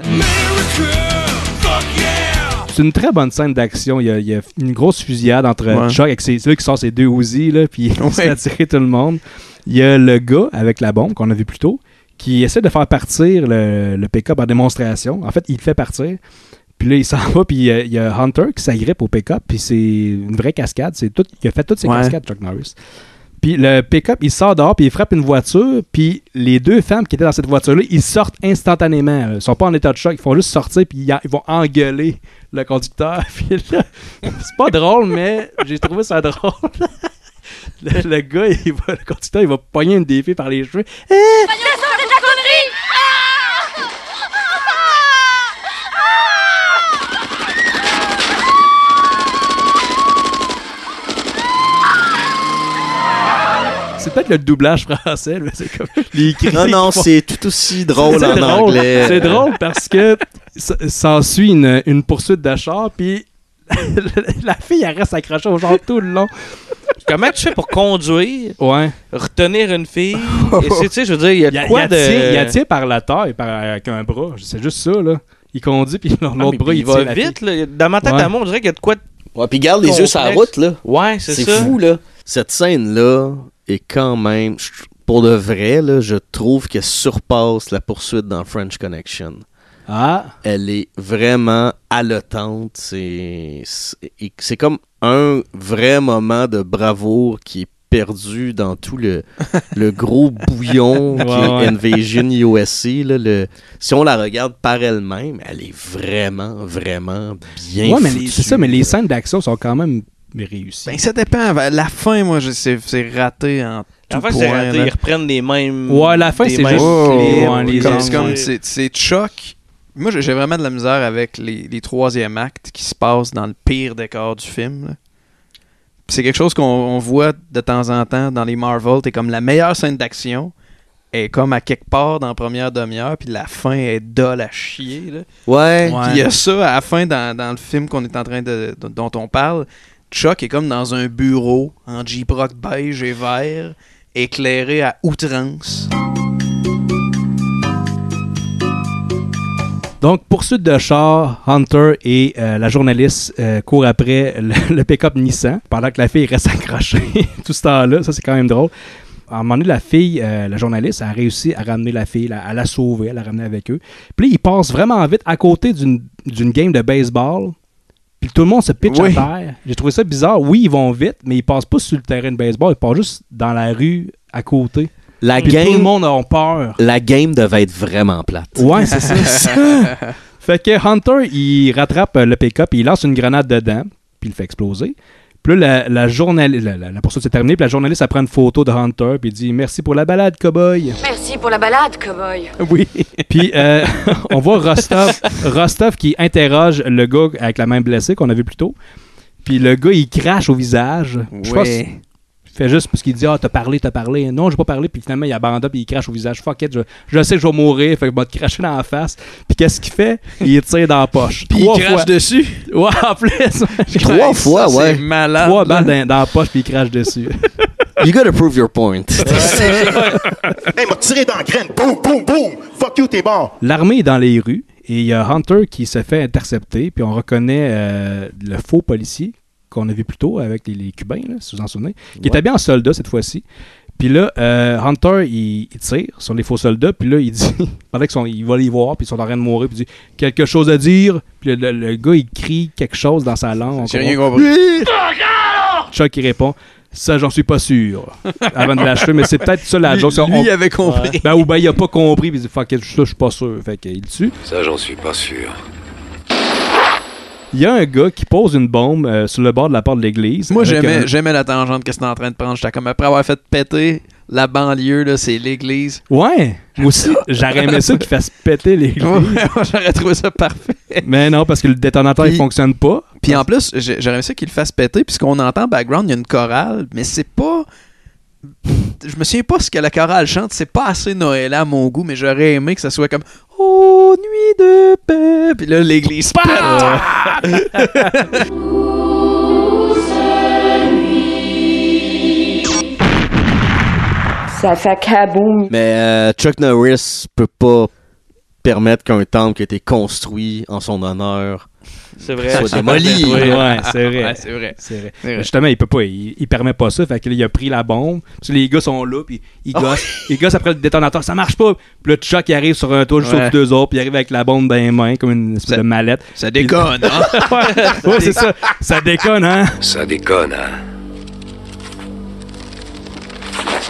C'est une très bonne scène d'action. Il y, a, il y a une grosse fusillade entre Ouais. Chuck avec ses, c'est lui qui sort ses deux Uzi, là, puis il s'est attiré tout le monde. Il y a le gars avec la bombe qu'on a vu plus tôt qui essaie de faire partir le, le pick-up en démonstration. En fait, il le fait partir. Puis là, il s'en va, puis il y a- il y, a Hunter qui s'agrippe au pick-up, puis c'est une vraie cascade. C'est tout, il a fait toutes ses Ouais. cascades, Chuck Norris. Puis le pick-up, il sort dehors, puis il frappe une voiture, puis les deux femmes qui étaient dans cette voiture-là, ils sortent instantanément. Ils sont pas en état de choc, ils font juste sortir, puis ils, ils vont engueuler le conducteur. Puis là, c'est pas drôle, mais j'ai trouvé ça drôle. Le, le gars, il va- le conducteur, il va pogner une des filles par les cheveux. Eh, Voyons, c'est de la connerie Ah! C'est peut-être le doublage français, là, c'est comme les cris Non, non, qui font- c'est tout aussi drôle C'est en drôle. anglais. C'est drôle parce que s- s'ensuit une, une poursuite de char, puis la fille, elle reste accrochée au genre tout le long. Comment tu fais pour conduire, Ouais. retenir une fille et c'est- Tu sais, je veux dire, il y a de Il, a- quoi il de. attire, il attire par la taille, par, avec un bras. C'est juste ça, là. Il conduit, puis l'autre Ah, mais bras, puis il, il tire va la vite. fille. là. Dans ma tête Ouais. à moi, on dirait qu'il y a de quoi de. Ouais, puis garde les yeux sur la route, complexe. là. Ouais, c'est ça. fou, là. Cette scène-là est quand même, je- pour de vrai, là, je trouve qu'elle surpasse la poursuite dans French Connection. Ah. Elle est vraiment haletante. C'est c'est- c'est comme un vrai moment de bravoure qui est perdu dans tout le, le gros bouillon qui Ouais, ouais. est Invasion USA. là, le- si on la regarde par elle-même, elle est vraiment, vraiment bien Ouais, mais foutue. c'est ça, mais les scènes d'action sont quand même réussies. Ben, ça dépend. La fin, moi, je- c'est c'est raté en tout La fin, point. c'est raté. là. Ils reprennent les mêmes. Ouais, la fin, des c'est mêmes juste- clips. Ouais, les comme angles. c'est comme- c'est- c'est choc. Moi, j'ai j'ai vraiment de la misère avec les, les troisième actes qui se passent dans le pire décor du film. là. Puis C'est quelque chose qu'on on voit de temps en temps dans les Marvel. T'es comme la meilleure scène d'action est comme à quelque part dans la première demi-heure, puis la fin est dole à chier. là. Ouais. euh, Puis il y a ça à la fin dans, dans le film qu'on est en train de, de- dont on parle. Chuck est comme dans un bureau en Jeep Rock beige et vert, éclairé à outrance. Donc, poursuite de char, Hunter et euh, la journaliste euh, courent après le, le pick-up Nissan pendant que la fille reste accrochée tout ce temps-là. Ça, c'est quand même drôle. à un moment donné, la fille, euh, la journaliste, a réussi à ramener la fille, à, à la sauver, à la ramener avec eux. Puis là, ils passent vraiment vite à côté d'une d'une game de baseball. Puis tout le monde se pitch Oui. à terre. J'ai trouvé ça bizarre. Oui, ils vont vite, mais ils passent pas sur le terrain de baseball. Ils passent juste dans la rue à côté. La Puis game- Tout le monde a peur. La game devait être vraiment plate. Ouais, c'est ça. ça. Fait que Hunter, il rattrape euh, le pick-up, il lance une grenade dedans, puis il le fait exploser. Puis là, la, la journaliste, la, la- la poursuite s'est terminée, puis la journaliste, elle prend une photo de Hunter, puis il dit Merci pour la balade, cowboy. Merci pour la balade, cowboy. Oui. Puis euh, on voit Rostov, Rostov qui interroge le gars avec la main blessée qu'on a vu plus tôt. Puis le gars, il crache au visage. Je Ouais. pense il fait juste parce qu'il dit Ah, t'as parlé, t'as parlé. Non, j'ai pas parlé. Puis finalement, il abandonne puis il crache au visage. Fuck it, je, je sais que je vais mourir. Fait que je vais te cracher dans la face. Puis qu'est-ce qu'il fait Il tire dans la poche. Puis il Trois crache fois. dessus. Ouais, en plus. Trois fois, ça, ouais. C'est malade. Trois balles dans, dans la poche puis il crache dessus. You gotta prove your point. hey, m'a tiré dans la graine. Boum, boum, boum. Fuck you, t'es mort. L'armée est dans les rues et il y a Hunter qui se fait intercepter, puis on reconnaît euh, le faux policier qu'on a vu plus tôt avec les, les Cubains, là, si vous en souvenez, qui était bien en soldat cette fois-ci. Puis là, euh, Hunter, il, il tire sur les faux soldats, puis là, il dit, pendant qu'ils sont- il va les voir, puis ils sont en train de mourir, puis il dit quelque chose à dire, puis le, le- le gars, il crie quelque chose dans sa langue. J'ai On rien comprend- Chuck, il répond Ça, j'en suis pas sûr. Avant de l'achever, mais c'est peut-être ça la Lui- joke. lui, il avait compris. Ouais. Ben, ou ben, il a pas compris, puis il dit Fuck it, ça, je suis pas sûr. Fait qu'il le tue. Ça, j'en suis pas sûr. Il y a un gars qui pose une bombe euh, sur le bord de la porte de l'église. Moi, Avec euh, j'aimais, un- j'aimais la tangente que c'était en train de prendre. J'étais comme, après avoir fait péter la banlieue, là, c'est l'église. Ouais, moi aussi, j'aurais aimé ça qu'il fasse péter l'église. J'aurais trouvé ça parfait. Mais non, parce que le détonateur, il Puis- fonctionne pas. Puis en plus, j'ai- j'aurais aimé ça qu'il le fasse péter. Puis ce qu'on entend en background, il y a une chorale, mais c'est pas. Je me souviens pas ce que la chorale chante. C'est pas assez Noël à mon goût, mais j'aurais aimé que ça soit comme Oh, nuit de paix. Puis là, l'église pète. Ça fait kaboum. Mais euh, Chuck Norris peut pas permettre qu'un temple qui a été construit en son honneur C'est vrai. soit démoli. Oui, ouais, c'est vrai. Ouais, c'est vrai. C'est vrai. C'est vrai. Justement, il peut pas, il, il permet pas ça. Fait que là, il a pris la bombe. Parce que les gars sont là, puis Ah ils gossent. ils gossent après le détonateur. Ça marche pas. Puis là, Chuck, il arrive sur un toit juste Ouais. au-dessus d'eux autres, puis il arrive avec la bombe dans les mains, comme une espèce de mallette. Ça déconne, hein? ouais, ouais, c'est ça. Ça déconne, hein? Ça déconne, hein.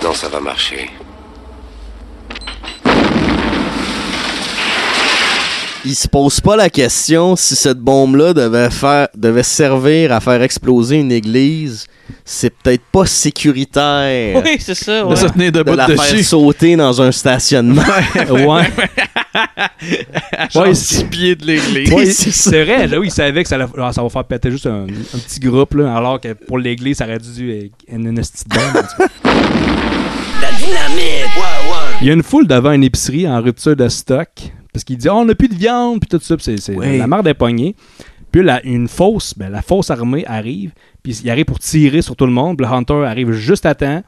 Maintenant, ça va marcher. Il se pose pas la question si cette bombe-là devait faire devait servir à faire exploser une église. C'est peut-être pas sécuritaire Oui, c'est ça. de, Ouais. la faire sauter dans un stationnement. Ouais. Genre Ouais, six pieds de l'église. Ouais, c'est vrai, là, oui, il savait que ça, allait- ah, ça va faire péter juste un, un petit groupe, là, alors que pour l'église, ça aurait dû être une, une petite bombe. La dynamite. Ouais, ouais. Il y a une foule devant une épicerie en rupture de stock parce qu'il dit Ah, on n'a plus de viande, puis tout ça, puis c'est c'est Oui. la marde est pognée. Puis là, une fausse, ben, la fausse armée arrive, puis il arrive pour tirer sur tout le monde, puis le Hunter arrive juste à temps.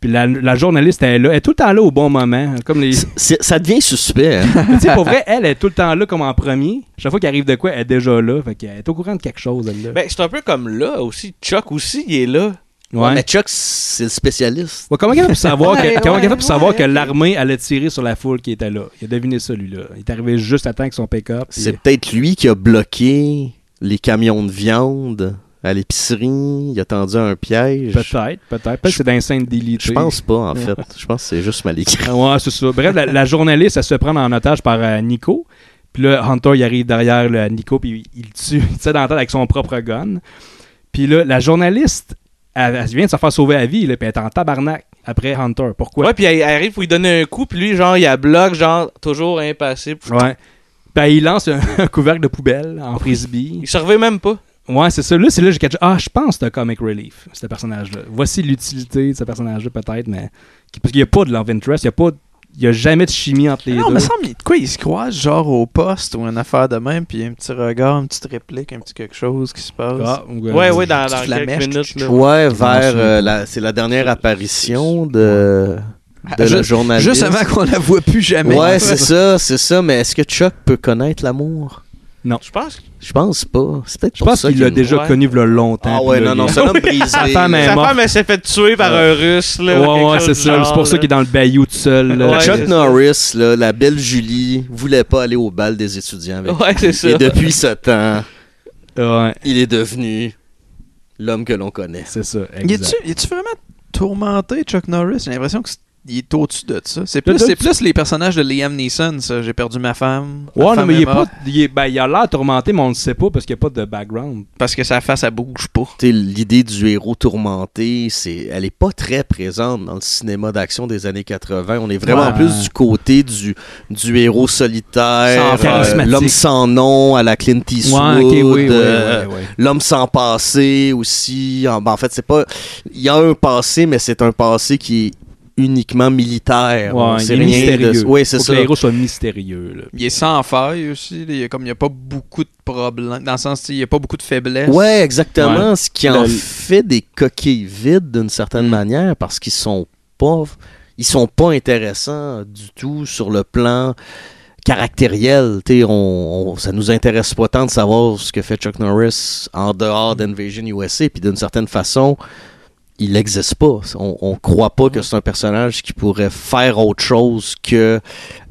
Puis la, la journaliste, elle est là. Elle est tout le temps là au bon moment. Comme les... C'est- ça devient suspect. hein. Mais tu sais, pour vrai, elle est tout le temps là comme en premier. Chaque fois qu'il arrive de quoi, elle est déjà là. Fait qu'elle est au courant de quelque chose, elle, là. Ben, c'est un peu comme là aussi. Chuck aussi, il est là. Ouais. Mais Chuck, c'est le spécialiste. Ouais, comment il a fait pour savoir que, Ouais, comment il a fait ouais, pour savoir ouais. que l'armée allait tirer sur la foule qui était là? Il a deviné ça, lui-là. Il est arrivé juste à temps avec son pick-up. puis- C'est peut-être lui qui a bloqué les camions de viande à l'épicerie. Il a tendu un piège. Peut-être, peut-être. Peut-être que c'est d'un saint délit. Je pense pas, en fait. Je pense que c'est juste mal écrit. Ah Ouais, c'est ça. Bref, la, la journaliste, elle se prend en otage par euh, Nico. Puis là, Hunter, il arrive derrière le Nico, puis il, il le tue, il tire dans la tête avec son propre gun. Puis là, la journaliste, elle, elle vient de se faire sauver la vie, là, puis elle est en tabarnak après Hunter. Pourquoi? Ouais, puis elle, elle arrive pour lui donner un coup, puis lui, genre, il a bloque, genre, toujours impassible. Ouais. Ben, il lance un, un couvercle de poubelle en frisbee. Il se revient même pas. Ouais, c'est ça. Là, c'est là que j'ai catché. Ah, je pense que c'est un comic relief, ce personnage-là. Voici l'utilité de ce personnage-là, peut-être, mais. qui- Parce qu'il n'y a pas de love interest, il n'y a, pas... il y a jamais de chimie entre les Non, deux. mais semble, il- de quoi ils se croisent, genre au poste ou une affaire de même, puis un petit regard, une petite réplique, un petit quelque chose qui se passe. Ah, ouais. Ouais, ouais, dans, Tu dans te la quelques mèches, minutes. Là. Ouais, vers. euh, la- c'est la dernière apparition de, de la Ah, Juste- journaliste. Juste avant qu'on la voit plus jamais. Ouais, c'est ça, c'est ça. Mais est-ce que Chuck peut connaître l'amour Non. Je pense que Je pense pas. C'est peut-être Je pense qu'il l'a déjà connu il y a longtemps. Ah ouais, puis là, non, non, il- c'est un homme brisé. Sa femme est sa morte. femme, elle s'est fait tuer par un russe. Ben, Là, ou Ouais, ouais, quelque c'est chose du ça. C'est pour genre, ça qu'il est dans le bayou tout seul. là. Ouais, Chuck c'est Norris, là, la belle Julie, voulait pas aller au bal des étudiants avec Ouais, lui. c'est ça. Et depuis ce temps, Ouais, il est devenu l'homme que l'on connaît. c'est ça. Y Exact. est-tu- y est-tu vraiment tourmenté, Chuck Norris J'ai l'impression que c'est- il est au-dessus de ça. C'est Le- plus, le- c'est plus les personnages de Liam Neeson, ça. J'ai perdu ma femme. ma Ouais, non, femme mais il est pas. morte. Il, est- ben, il a l'air tourmenté, mais on le sait pas parce qu'il n'y a pas de background. Parce que sa face, elle bouge pas. Tu sais, L'idée du héros tourmenté, c'est, elle est pas très présente dans le cinéma d'action des années 80. On est vraiment Ouais. plus du côté du, du héros solitaire, euh, Sans- charismatique. l'homme sans nom à la Clint ok, Eastwood, oui, oui, euh, oui, oui. l'homme sans passé aussi. En, ben, en fait, c'est pas, il y a un passé, mais c'est un passé qui est uniquement militaire. On Ouais, sait il est rien de- mystérieux. Ouais, c'est Faut ça. Que le héros soit mystérieux. là. Il est sans faille aussi. là. Il y a comme il n'y a pas beaucoup de problèmes. Dans le sens, il n'y a pas beaucoup de faiblesses. Ouais, exactement. Ouais. Ce qui en Le- fait des coquilles vides d'une Mm. certaine manière parce qu'ils sont pas, ils sont pas intéressants du tout sur le plan caractériel. T'sais, on, on- ça nous intéresse pas tant de savoir ce que fait Chuck Norris en dehors d'Invasion USA. Puis d'une certaine façon, il n'existe pas. On, on croit pas Mm. que c'est un personnage qui pourrait faire autre chose que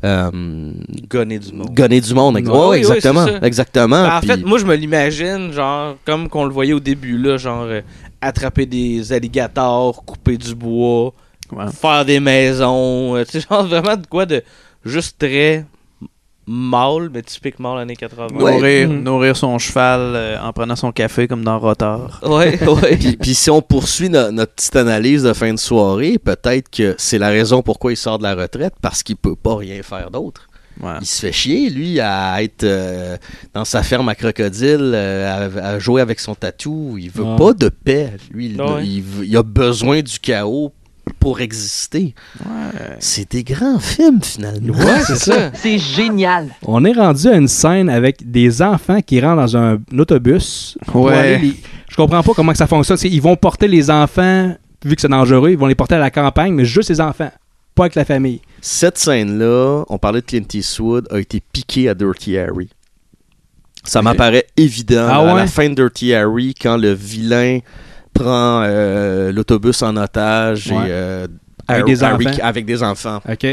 euh, Gonner du monde. gonner du monde. Ouais, Ouais, ouais, oui, oui, exactement, c'est ça. exactement. Ben, en Puis- fait, moi, je me l'imagine, genre, comme qu'on le voyait au début, là, genre, euh, attraper des alligators, couper du bois, Ouais. faire des maisons, euh, tu sais, genre, vraiment de quoi de juste très mâle, mais typique mâle années 80. Nourrir, Mm. nourrir son cheval euh, en prenant son café comme dans Rotor. Ouais, ouais. Puis, puis si on poursuit no- notre petite analyse de fin de soirée, peut-être que c'est la raison pourquoi il sort de la retraite, parce qu'il peut pas rien faire d'autre. Ah. Ouais. Mm. Il se fait chier, lui, à être euh, dans sa ferme à crocodile, euh, à, à jouer avec son tatou. Il veut Ouais. pas de paix, lui. Il, Ah. Ouais. il veut- il a besoin du chaos pour exister. C'est des grands films, finalement. Ouais, c'est ça. C'est génial. On est rendu à une scène avec des enfants qui rentrent dans un, autobus. pour Ouais. aller les- Je comprends pas comment que ça fonctionne. C'est- Ils vont porter les enfants, vu que c'est dangereux, ils vont les porter à la campagne, mais juste les enfants, pas avec la famille. Cette scène-là, on parlait de Clint Eastwood, a été piquée à Dirty Harry. Ça m'apparaît évident Ah à ouais? la fin de Dirty Harry quand le vilain prend euh, l'autobus en otage Ouais. et euh, Avec Harry- des Harry- enfants. avec des enfants. OK?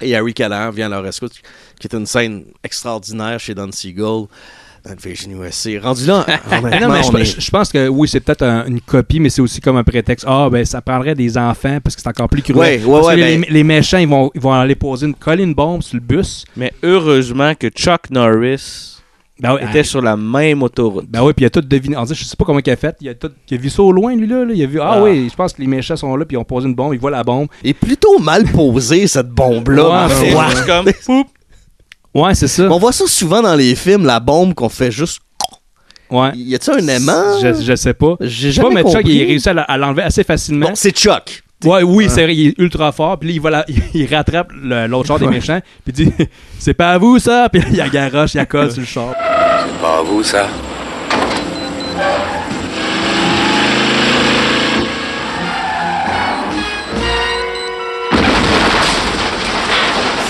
Et Harry Callahan vient à leur rescousse, qui est une scène extraordinaire chez Don Siegel dans Invasion USA. Rendu là, honnêtement, Ah, Non, mais on je, est- je pense que oui, c'est peut-être un- une copie, mais c'est aussi comme un prétexte. Ah, ben ça prendrait des enfants parce que c'est encore plus cruel. Ouais, ouais, Parce ouais, que les, ben- les méchants, ils vont, ils vont aller poser une colline bombe sur le bus. Mais heureusement que Chuck Norris Ben oui, était sur la même autoroute. Ben oui, puis il a tout deviné. On dit, je sais pas comment il a fait. Il a, tout, il a vu ça au loin, lui, là. là. Il a vu, ah, Ah. oui, je pense que les méchants sont là, puis ils ont posé une bombe, ils voient la bombe. est plutôt mal posée, cette bombe-là. Ouais, mais C'est wow. juste comme, poup, Ouais, c'est ça. On voit ça souvent dans les films, la bombe qu'on fait juste. Ouais. Y a-t-il un aimant Je, je sais pas. J'ai Je sais pas, jamais mais Chuck, compris. il réussit à la- à l'enlever assez facilement. Bon, c'est Chuck. ouais, oui, Ah. c'est vrai, il est ultra fort. Puis là, il, va la- il rattrape le- l'autre char des méchants, puis il dit, c'est pas à vous, ça. Puis là, il la garoche, il la colle sur le char. C'est pas à vous, ça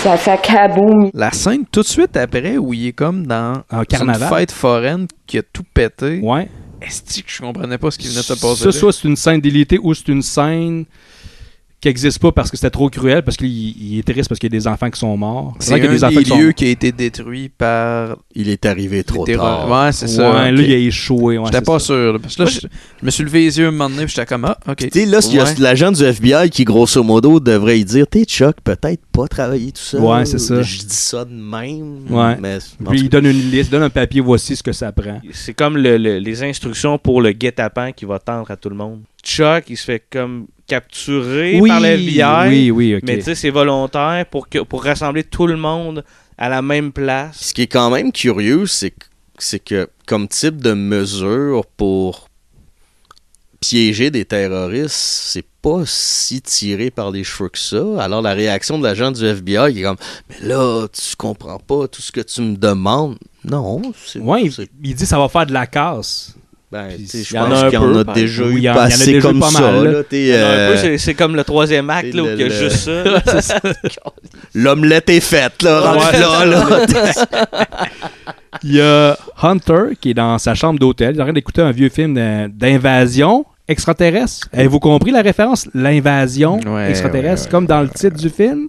Ça fait kaboum. La scène tout de suite après où il est comme dans Un une carnaval. fête foraine qui a tout pété. Ouais. Est-ce que je comprenais pas ce qui venait de se passer? Ça, là? soit c'est une scène délitée ou c'est une scène qui n'existe pas parce que c'était trop cruel, parce qu'il il est triste parce qu'il y a des enfants qui sont morts. C'est vrai qu'il y a un enfants des qui sont lieux qui a été détruit par Il est arrivé trop les terroristes. tard. Ouais, c'est ça. Ouais, ok. là, il a échoué. Ouais, J'étais c'est pas ça. sûr. là, parce que là, Moi, je, je me suis levé les yeux un moment donné, puis j'étais comme ah, ok. Tu sais, là, il y a Ouais. l'agent du FBI qui, grosso modo, devrait y dire T'es Chuck, peut-être pas travailler tout seul. Ouais, c'est ça. Je dis ça de même. Ouais. Mais, en Puis tout il donne une liste, donne un papier, voici ce que ça prend. c'est comme le- le- les instructions pour le guet-apens qui va tendre à tout le monde. Chuck, il se fait comme capturer par le FBI. oui, oui, ok. Mais tu sais, c'est volontaire pour, que, pour rassembler tout le monde à la même cas, place. ce qui est quand même curieux, c'est que, c'est que comme type de mesure pour piéger des terroristes, c'est pas si tiré par les cheveux que ça. Alors la réaction de l'agent du FBI qui est comme Mais là, tu comprends pas tout ce que tu me demandes. Non, c'est. Ouais, il, c'est- il dit ça va faire de la casse. ben, puis tu sais, je il y en a pense un qu'il y en peu, a par déjà exemple. Oui, il y eu en- il y en a déjà eu passé comme pas ça. mal, là. là. T'es, Alors, un euh, peu, c'est- c'est comme le troisième acte, c'est là, où le- il y a le- juste ça. L'omelette est faite, là. Ouais. rendu là, là. Il y a Hunter, qui est dans sa chambre d'hôtel, il est en train d'écouter un vieux film de- d'invasion extraterrestre. Avez-vous compris la référence? L'invasion Ouais, extraterrestre, ouais, ouais, comme dans le titre du film.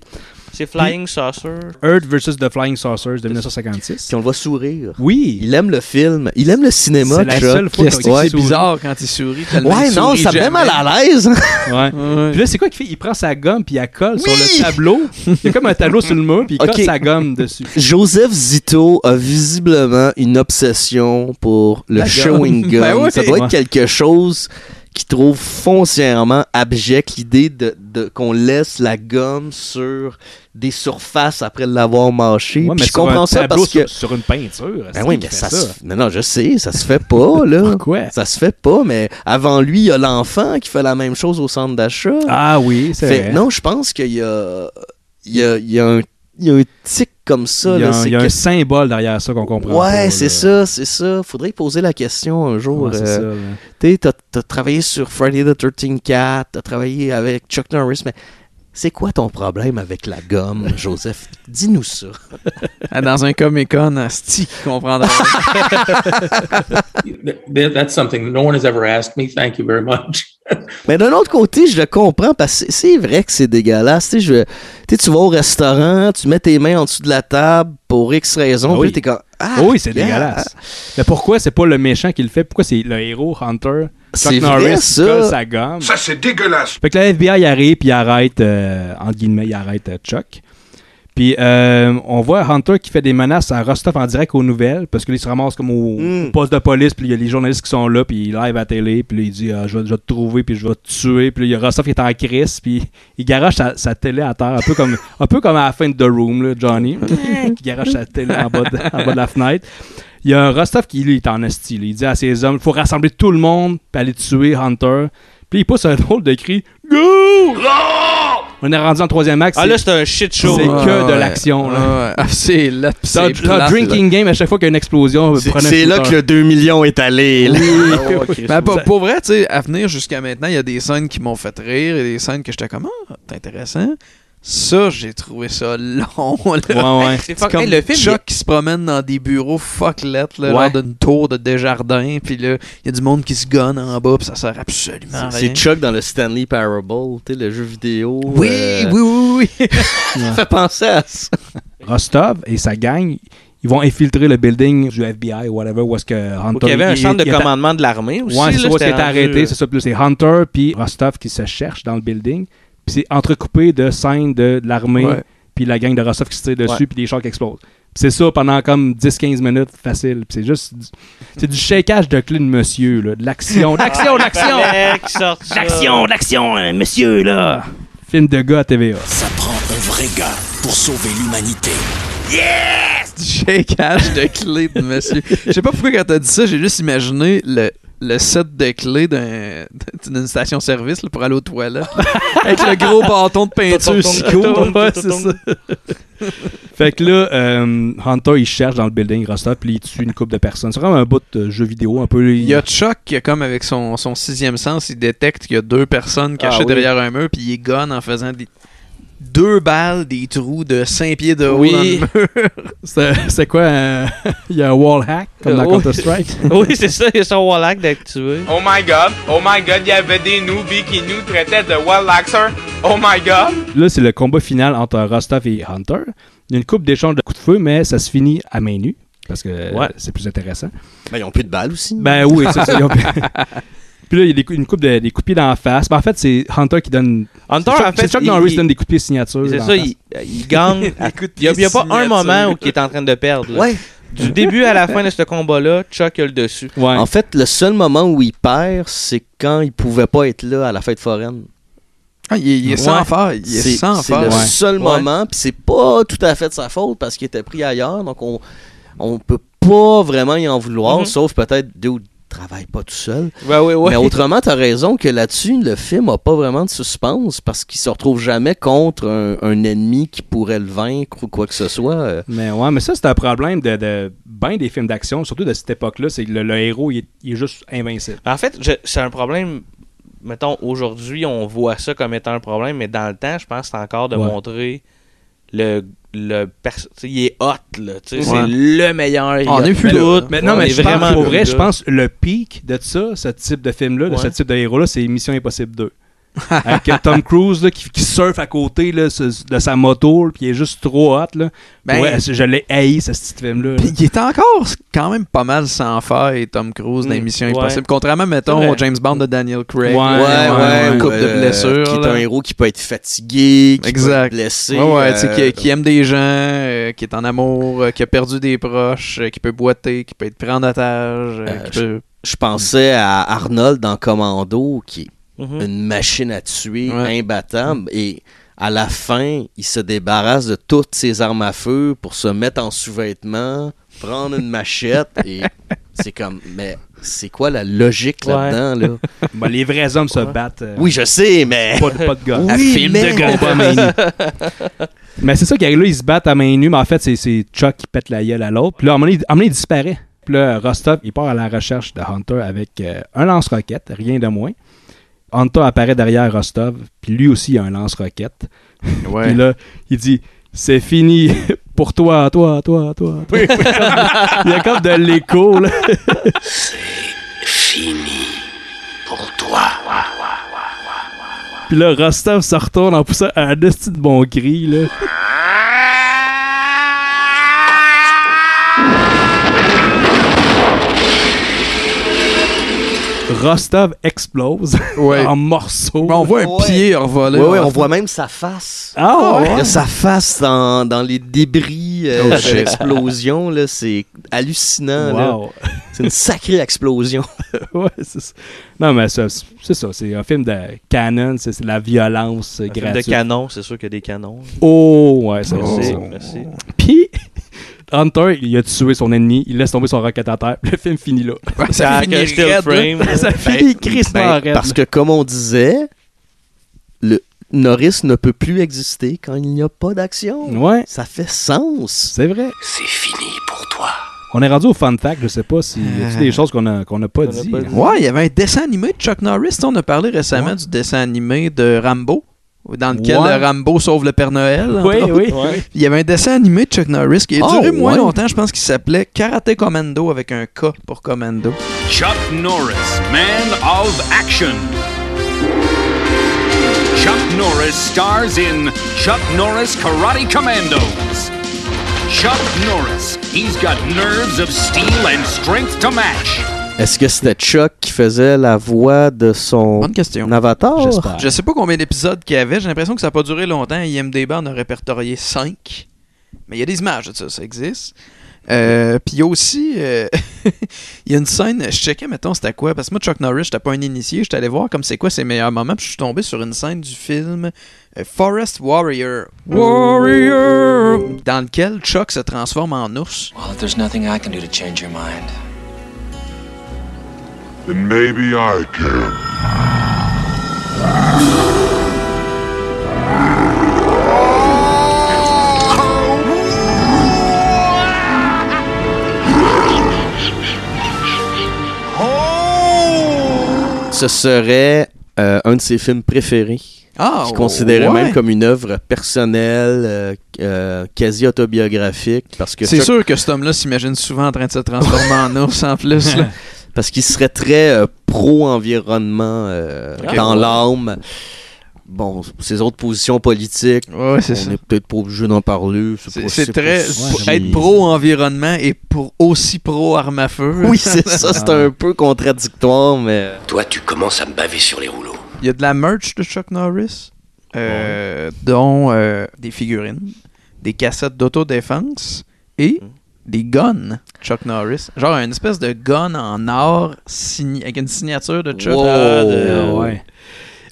C'est Flying Saucer. Earth versus the Flying Saucers de 1956. Puis on le voit sourire. Oui. Il aime le film. Il aime le cinéma. C'est la Chuck. seule fois qu'on- Ouais, C'est puis- bizarre quand il sourit. tellement Ouais, il non, sourit ça me met jamais. mal à l'aise. hein. Ouais. Puis là, c'est quoi qu'il fait? Il prend sa gomme puis il la colle sur le tableau. Il y a comme un tableau sur le mur puis il Ok. colle sa gomme dessus. Joseph Zito a visiblement une obsession pour le La gomme. showing gun. Ben oui. Ça doit être Ouais. quelque chose qui trouve foncièrement abject l'idée de, de- qu'on laisse la gomme sur des surfaces après l'avoir mâché. Ouais, Puis je sur comprends un ça tableau, parce que sur, sur une peinture. ben c'est oui, qui mais fait Ah, ça, se- non, non, je sais, ça se fait pas, là. Pourquoi? Ça se fait pas, mais avant lui, il y a l'enfant qui fait la même chose au centre d'achat. Ah oui, c'est Fait- vrai. Non, je pense qu'il y a, il y, a, il y a un, il y a un tic comme ça. Il y a, là, un, c'est il y a un que- symbole derrière ça qu'on comprend. Ouais, pas, c'est là. ça, c'est ça. Faudrait poser la question un jour. Ouais, c'est euh, ça, là. tu sais, t'as- t'as travaillé sur Friday the 13 Cat, t'as travaillé avec Chuck Norris, mais c'est quoi ton problème avec la gomme, Joseph? Dis-nous ça. Ah, Dans un Comic-Con, Asti qui comprendrait. Th- That's something that no one has ever asked me. Thank you very much. Mais d'un autre côté, je le comprends parce que c'est vrai que c'est dégueulasse. Tu sais, je- tu sais, tu vas au restaurant, tu mets tes mains en dessous de la table pour X raison, Ah puis oui. là, t'es comme. Ah, Ah oui, c'est yeah. dégueulasse. Mais pourquoi c'est pas le méchant qui le fait Pourquoi c'est le héros Hunter C'est Chuck vrai, Norris ça. qui colle sa gomme Ça, c'est dégueulasse. Fait que la FBI il arrive puis il arrête euh, entre guillemets, il arrête euh, Chuck. Puis euh, on voit Hunter qui fait des menaces à Rostov en direct aux nouvelles parce que là, il se ramasse comme au, Hmm. au poste de police puis il y a les journalistes qui sont là puis il live à la télé puis là, il dit Ah, je, vais, je vais te trouver puis je vais te tuer puis là, il y a Rostov qui est en crise puis il garoche sa, sa télé à terre un peu comme un peu comme à la fin de The Room là, Johnny qui garoche sa télé en bas de, en bas de la fenêtre. Il y a Rostov qui, lui, est en hostile. Il dit à ses hommes, il faut rassembler tout le monde puis aller tuer Hunter. Puis il pousse un drôle de cri. Go! On est rendu en troisième acte. Ah c'est- là, c'est un shit show. C'est Ah, que de ouais. l'action. là. Ah, ouais. Ah, c'est là. T'as c'est t'as un plate, drinking là. game à chaque fois qu'il y a une explosion. prenez un C'est là shooter. que le 2 millions est allé. là. Mais pour, pour vrai, tu sais, à venir jusqu'à maintenant, il y a des scènes qui m'ont fait rire et des scènes que j'étais comme, ah, c'est intéressant. Ça, j'ai trouvé ça long. là. Ouais, ouais. C'est fuck- comme hey, le le film film, Chuck qui se promène dans des bureaux fucklettes, là, Ouais. genre d'une tour de Desjardins, puis là, il y a du monde qui se gonne en bas, puis ça sert absolument à rien. C'est Chuck dans le Stanley Parable, tu sais, le jeu vidéo. euh, Oui, oui, oui, oui. Ça fait penser à ça. Rostov et sa gang, ils vont infiltrer le building du FBI ou whatever, où est-ce que Hunter... il y avait un centre de il est- commandement de l'armée aussi. Ouais, là, c'est ça, où est-ce qu'il est c'était rendu- euh, arrêté. C'est ça, plus c'est Hunter puis Rostov qui se cherchent dans le building. Puis c'est entrecoupé de scènes de, de l'armée, Ouais. puis la gang de Rostov qui se tire dessus, Ouais. puis des chars qui explosent. Puis c'est ça pendant comme 10-15 minutes, facile. Puis c'est juste... du- C'est du shakeage de clé de monsieur, là. De l'action, de l'action, Ah, de l'action! L'action, l'action, monsieur, là! Film de gars à TVA. Ça prend un vrai gars pour sauver l'humanité. Shakeage de clés de monsieur. Je sais pas pourquoi quand t'as dit ça, j'ai juste imaginé le, le set de clés d'un- d'une station-service là, pour aller aux toilettes. là, avec le gros bâton de peinture Sico. Ouais, c'est ça. Fait que là, euh, Hunter, il cherche dans le building Rostov, puis il tue une couple de personnes. C'est vraiment un bout de jeu vidéo, un peu... Il y a Chuck qui, comme avec son, son sixième sens, il détecte qu'il y a deux personnes cachées Ah oui. derrière un mur, puis il gonne en faisant des, deux balles des trous de 5 pieds de haut Oui. dans le mur. C'est c'est quoi? euh, Il y a un wall hack, comme dans Oui. Counter-Strike. oui, c'est ça, il y a son wallack d'activer. Oh my god, oh my god, il y avait des newbies qui nous traitaient de wallaxer. Oh my god. Là, c'est le combat final entre Rostov et Hunter. Il y a une coupe d'échange de coups de feu, mais ça se finit à main nue, parce que euh, Ouais. c'est plus intéressant. Ben, ils ont plus de balles aussi. Ben oui, c'est ça. ils ont- Puis là, il y a des coups- une coupe de, des coups de pied dans la face. Ben, en fait, c'est Hunter qui donne. Hunter, c'est Chuck- en fait, c'est Chuck il- Norris il- qui donne des coups de pied signature. C'est dans ça, la face. il, il gagne. à- Il n'y a, pas un signature. moment où il est en train de perdre. là. Ouais. Du début à la fin de ce combat-là, Chuck a le dessus. En fait, le seul moment où il perd, c'est quand il pouvait pas être là à la fête foraine. Ah, il, est- il est sans Ouais. faire. Il est, C'est- sans C'est faire. le Ouais. seul Ouais. moment, puis c'est pas tout à fait de sa faute parce qu'il était pris ailleurs, donc on, on peut pas vraiment y en vouloir, Mhm. sauf peut-être d'où travaille pas tout seul. Ouais, ouais, ouais. Mais autrement, t'as raison que là-dessus, le film a pas vraiment de suspense parce qu'il se retrouve jamais contre un, un ennemi qui pourrait le vaincre ou quoi que ce soit. Euh, Mais ouais, mais ça, c'est un problème de, de bien des films d'action, surtout de cette époque-là. C'est que le, le héros, il est, il est juste invincible. En fait, je- c'est un problème. Mettons, aujourd'hui, on voit ça comme étant un problème, mais dans le temps, je pense que c'est encore de Ouais. montrer le, le perso- tu sais, il est hot là, tu sais, c'est le meilleur. il On a est plus tout. là. Mais non, Euh, On mais est je pense, vraiment pour plus vrai, là. je pense le pic de ça, ce type de film-là, de Ouais. ce type de héros-là, c'est Mission Impossible 2. Avec euh, Tom Cruise là, qui, qui surfe à côté là, ce- de sa moto, là, puis il est juste trop hot. Là. Ben- ouais, je l'ai haï, ce petit film-là. là. Puis il est encore quand même pas mal sans faille, Tom Cruise, dans Mm, Mission ouais. Impossible. Contrairement, C'est mettons, vrai. au James Bond de Daniel Craig. Ouais, ouais, ouais. Une couple de euh, blessures. Qui est là. un héros qui peut être fatigué, qui peut Exact. être blessé. Ouais, ouais, tu sais, euh, qui, qui aime des gens, euh, qui est en amour, euh, qui a perdu des proches, euh, qui peut boiter, qui peut être pris en otage, euh, qui peut... Je pensais à Arnold dans Commando, qui est Mhm. une machine à tuer, imbattable. Et à la fin, il se débarrasse de toutes ses armes à feu pour se mettre en sous-vêtements, prendre une machette. et c'est comme, mais c'est quoi la logique Ouais. là-dedans? Là? Ben, les vrais hommes se battent. euh, Oui, je sais, mais. Pas de, pas de gun. Oui, mais- mais c'est ça qui arrive là, ils se battent à main nue, mais en fait, c'est- c'est Chuck qui pète la gueule à l'autre. Puis là, à un moment donné, il- à un moment donné, il disparaît. Puis là, Rostov, il part à la recherche de Hunter avec euh, un lance-roquette, rien de moins. Hunter apparaît derrière Rostov, puis lui aussi il a un lance-roquette. Ouais. puis là, il dit C'est fini pour toi, toi, toi, toi. toi. il y a comme de l'écho, là. Fini pour toi. Puis là, Rostov se retourne en poussant un esti de bon cri, là. Rostov explose en morceaux. on voit un Ouais. pied revoler. Ouais, ouais, on voit même sa face. Ah, ouais. Il y a sa face dans, dans les débris euh, Oh, de shit. l'explosion. là, C'est hallucinant. hein, là. Wow. C'est une sacrée explosion. ouais, c'est ça. Non, mais ça, c'est c'est ça. C'est un film de canon. C'est c'est de la violence euh, Un film gratuite. de canon, c'est sûr qu'il y a des canons. Oh, ouais, c'est Merci, ça. merci. Puis, Hunter, il a tué son ennemi. Il laisse tomber son roquette à terre. Le film finit là. ça finit finit raide, raide, là. là. Ça Ben, finit crissement ben, raide, Parce là. que, comme on disait, le Norris ne peut plus exister quand il n'y a pas d'action. Ouais. Ça fait sens. C'est vrai. C'est fini pour toi. On est rendu au fun fact, je sais pas si y a-t-il des choses qu'on a, Euh. qu'on n'a pas, a dit. pas dit. Ouais, il y avait un dessin animé de Chuck Norris. Tu sais, On a parlé récemment du dessin animé de Rambo, dans lequel Ouais. euh, Rambo sauve le Père Noël. entre Oui, autres. oui. Il y avait un dessin animé de Chuck Norris qui a Ah, Oh, duré moins ouais. longtemps, je pense qu'il s'appelait Karate Commando avec un K pour Commando. Chuck Norris, man of action. Chuck Norris stars in Chuck Norris Karate Commandos. Chuck Norris, he's got nerves of steel and strength to match. Est-ce que c'était Chuck qui faisait la voix de son avatar? J'espère. Euh, Je sais pas combien d'épisodes qu'il y avait, j'ai l'impression que ça n'a pas duré longtemps. IMDB en a répertorié 5. Mais il y a des images de ça, ça existe. Euh, Puis il y a aussi, euh, il y a une scène, je checkais, mettons, c'était quoi, parce que moi, Chuck Norris, j'étais pas un initié, j'étais allé voir comme c'est quoi ses meilleurs moments, puis je suis tombé sur une scène du film euh, Forest Warrior. Warrior! Dans lequel Chuck se transforme en ours. Well, if there's nothing I can do to change your mind, Then maybe I can. Ce serait euh, un de ses films préférés. Ah, qu'il considérait ouais. même comme une œuvre personnelle, euh, euh, quasi autobiographique. Parce que C'est Chuck- sûr que cet homme-là s'imagine souvent en train de se transformer en ours en plus. là. Parce qu'il serait très euh, pro-environnement euh, Ok. dans Ouais. l'âme. Bon, ses autres positions politiques, Ouais, c'est on ça. n'est peut-être pas obligé d'en parler. C'est pas- c'est pas très si- pour être pro environnement et pour aussi pro arme à feu. Oui, c'est ça, c'est un peu contradictoire, mais. euh, Toi, tu commences à me baver sur les rouleaux. Il y a de la merch de Chuck Norris, euh, dont euh, des figurines, des cassettes d'autodéfense et Mm. des guns Chuck Norris. Genre une espèce de gun en or signé- avec une signature de Chuck. Wow. Ah, Ah, euh, de- ouais.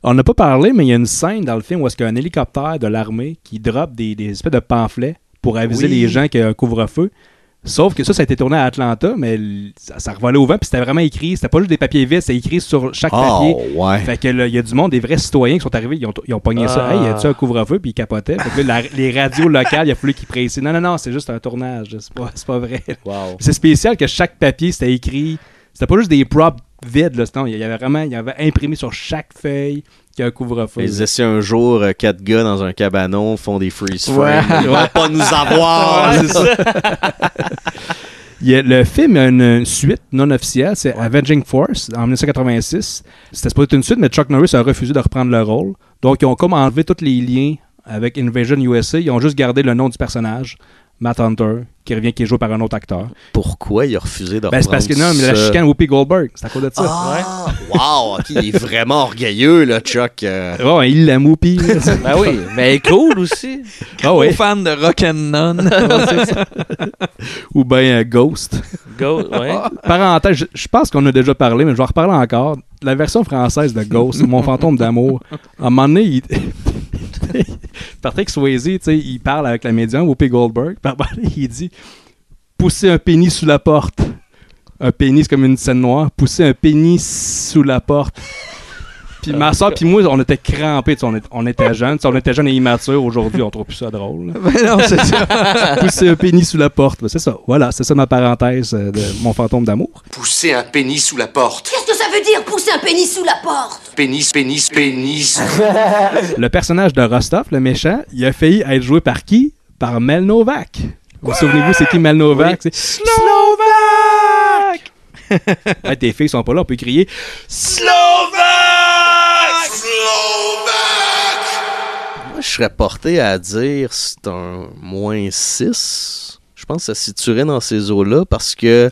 On n'a pas parlé, mais il y a une scène dans le film où est-ce qu'il y a un hélicoptère de l'armée qui drop des, des espèces de pamphlets pour aviser Oui. les gens qu'il y a un couvre-feu. Sauf que ça, ça a été tourné à Atlanta, mais l- ça, ça revolait au vent, puis c'était vraiment écrit. C'était pas juste des papiers vides, c'est écrit sur chaque Ah, Oh, papier. ouais. Fait que là, il y a du monde, des vrais citoyens qui sont arrivés, ils ont, ils ont pogné ça. Ah. Hey, y a-tu un couvre-feu? Puis ils capotaient. Fait que là, la- les radios locales, il a fallu qu'ils précisent. Non, non, non, c'est juste un tournage. C'est pas, c'est pas vrai. C'est spécial que chaque papier, c'était écrit. C'était pas juste des props vide. Là. Sinon, il y avait vraiment, il y avait imprimé sur chaque feuille qu'il y a un couvre-feu. Ils essaient un jour, euh, quatre gars dans un cabanon font des freeze Ouais. frames. Ils vont pas nous avoir! Ouais, c'est ça. Il y a- le film a une, une suite non officielle, c'est Avenging Force en 1986. C'était supposé être une suite, mais Chuck Norris a refusé de reprendre le rôle. Donc, ils ont comme enlevé tous les liens avec Invasion USA. Ils ont juste gardé le nom du personnage, Matt Hunter, qui revient, qui est joué par un autre acteur. Pourquoi il a refusé de Ben, c'est parce que non, mais la ça? chicane Whoopi Goldberg, c'est à cause de ça. Ah, wow! ok, il est vraiment orgueilleux, là, Chuck. euh. Ouais, ouais, il l'aime Whoopi. Ben oui, mais elle est cool aussi. Ah oui. fan de Rock and None. Ou bien euh, Ghost. Go, ouais. Parenthèse, je- je pense qu'on a déjà parlé, mais je vais en reparler encore. La version française de Ghost, Mon fantôme d'amour, à un moment donné, il... Patrick Swayze, tu sais, il parle avec la médium, Whoopi Goldberg, puis à un moment donné, il dit « Pousser un pénis sous la porte. » Un pénis, c'est comme une scène noire. « Pousser un pénis sous la porte. » Puis ma soeur puis moi, on était crampés, tu sais, on, est- on était jeunes, tu sais, on était jeunes et immatures. Aujourd'hui, on trouve plus ça drôle. Ben non, c'est ça. Pousser un pénis sous la porte. Ben, c'est ça. Voilà, c'est ça ma parenthèse euh, de mon fantôme d'amour. Pousser un pénis sous la porte. Qu'est-ce que ça veut dire pousser un pénis sous la porte Pénis, pénis, pénis. Le personnage de Rostov, le méchant, il a failli être joué par qui Par Mel Novak. Vous souvenez-vous, c'est qui Mel Novak C'est- Slovak! Ah, Tes filles sont pas là, on peut crier. Slovak! Slovak! Moi, je serais porté à dire c'est un moins 6. Je pense que ça se situerait dans ces eaux-là parce que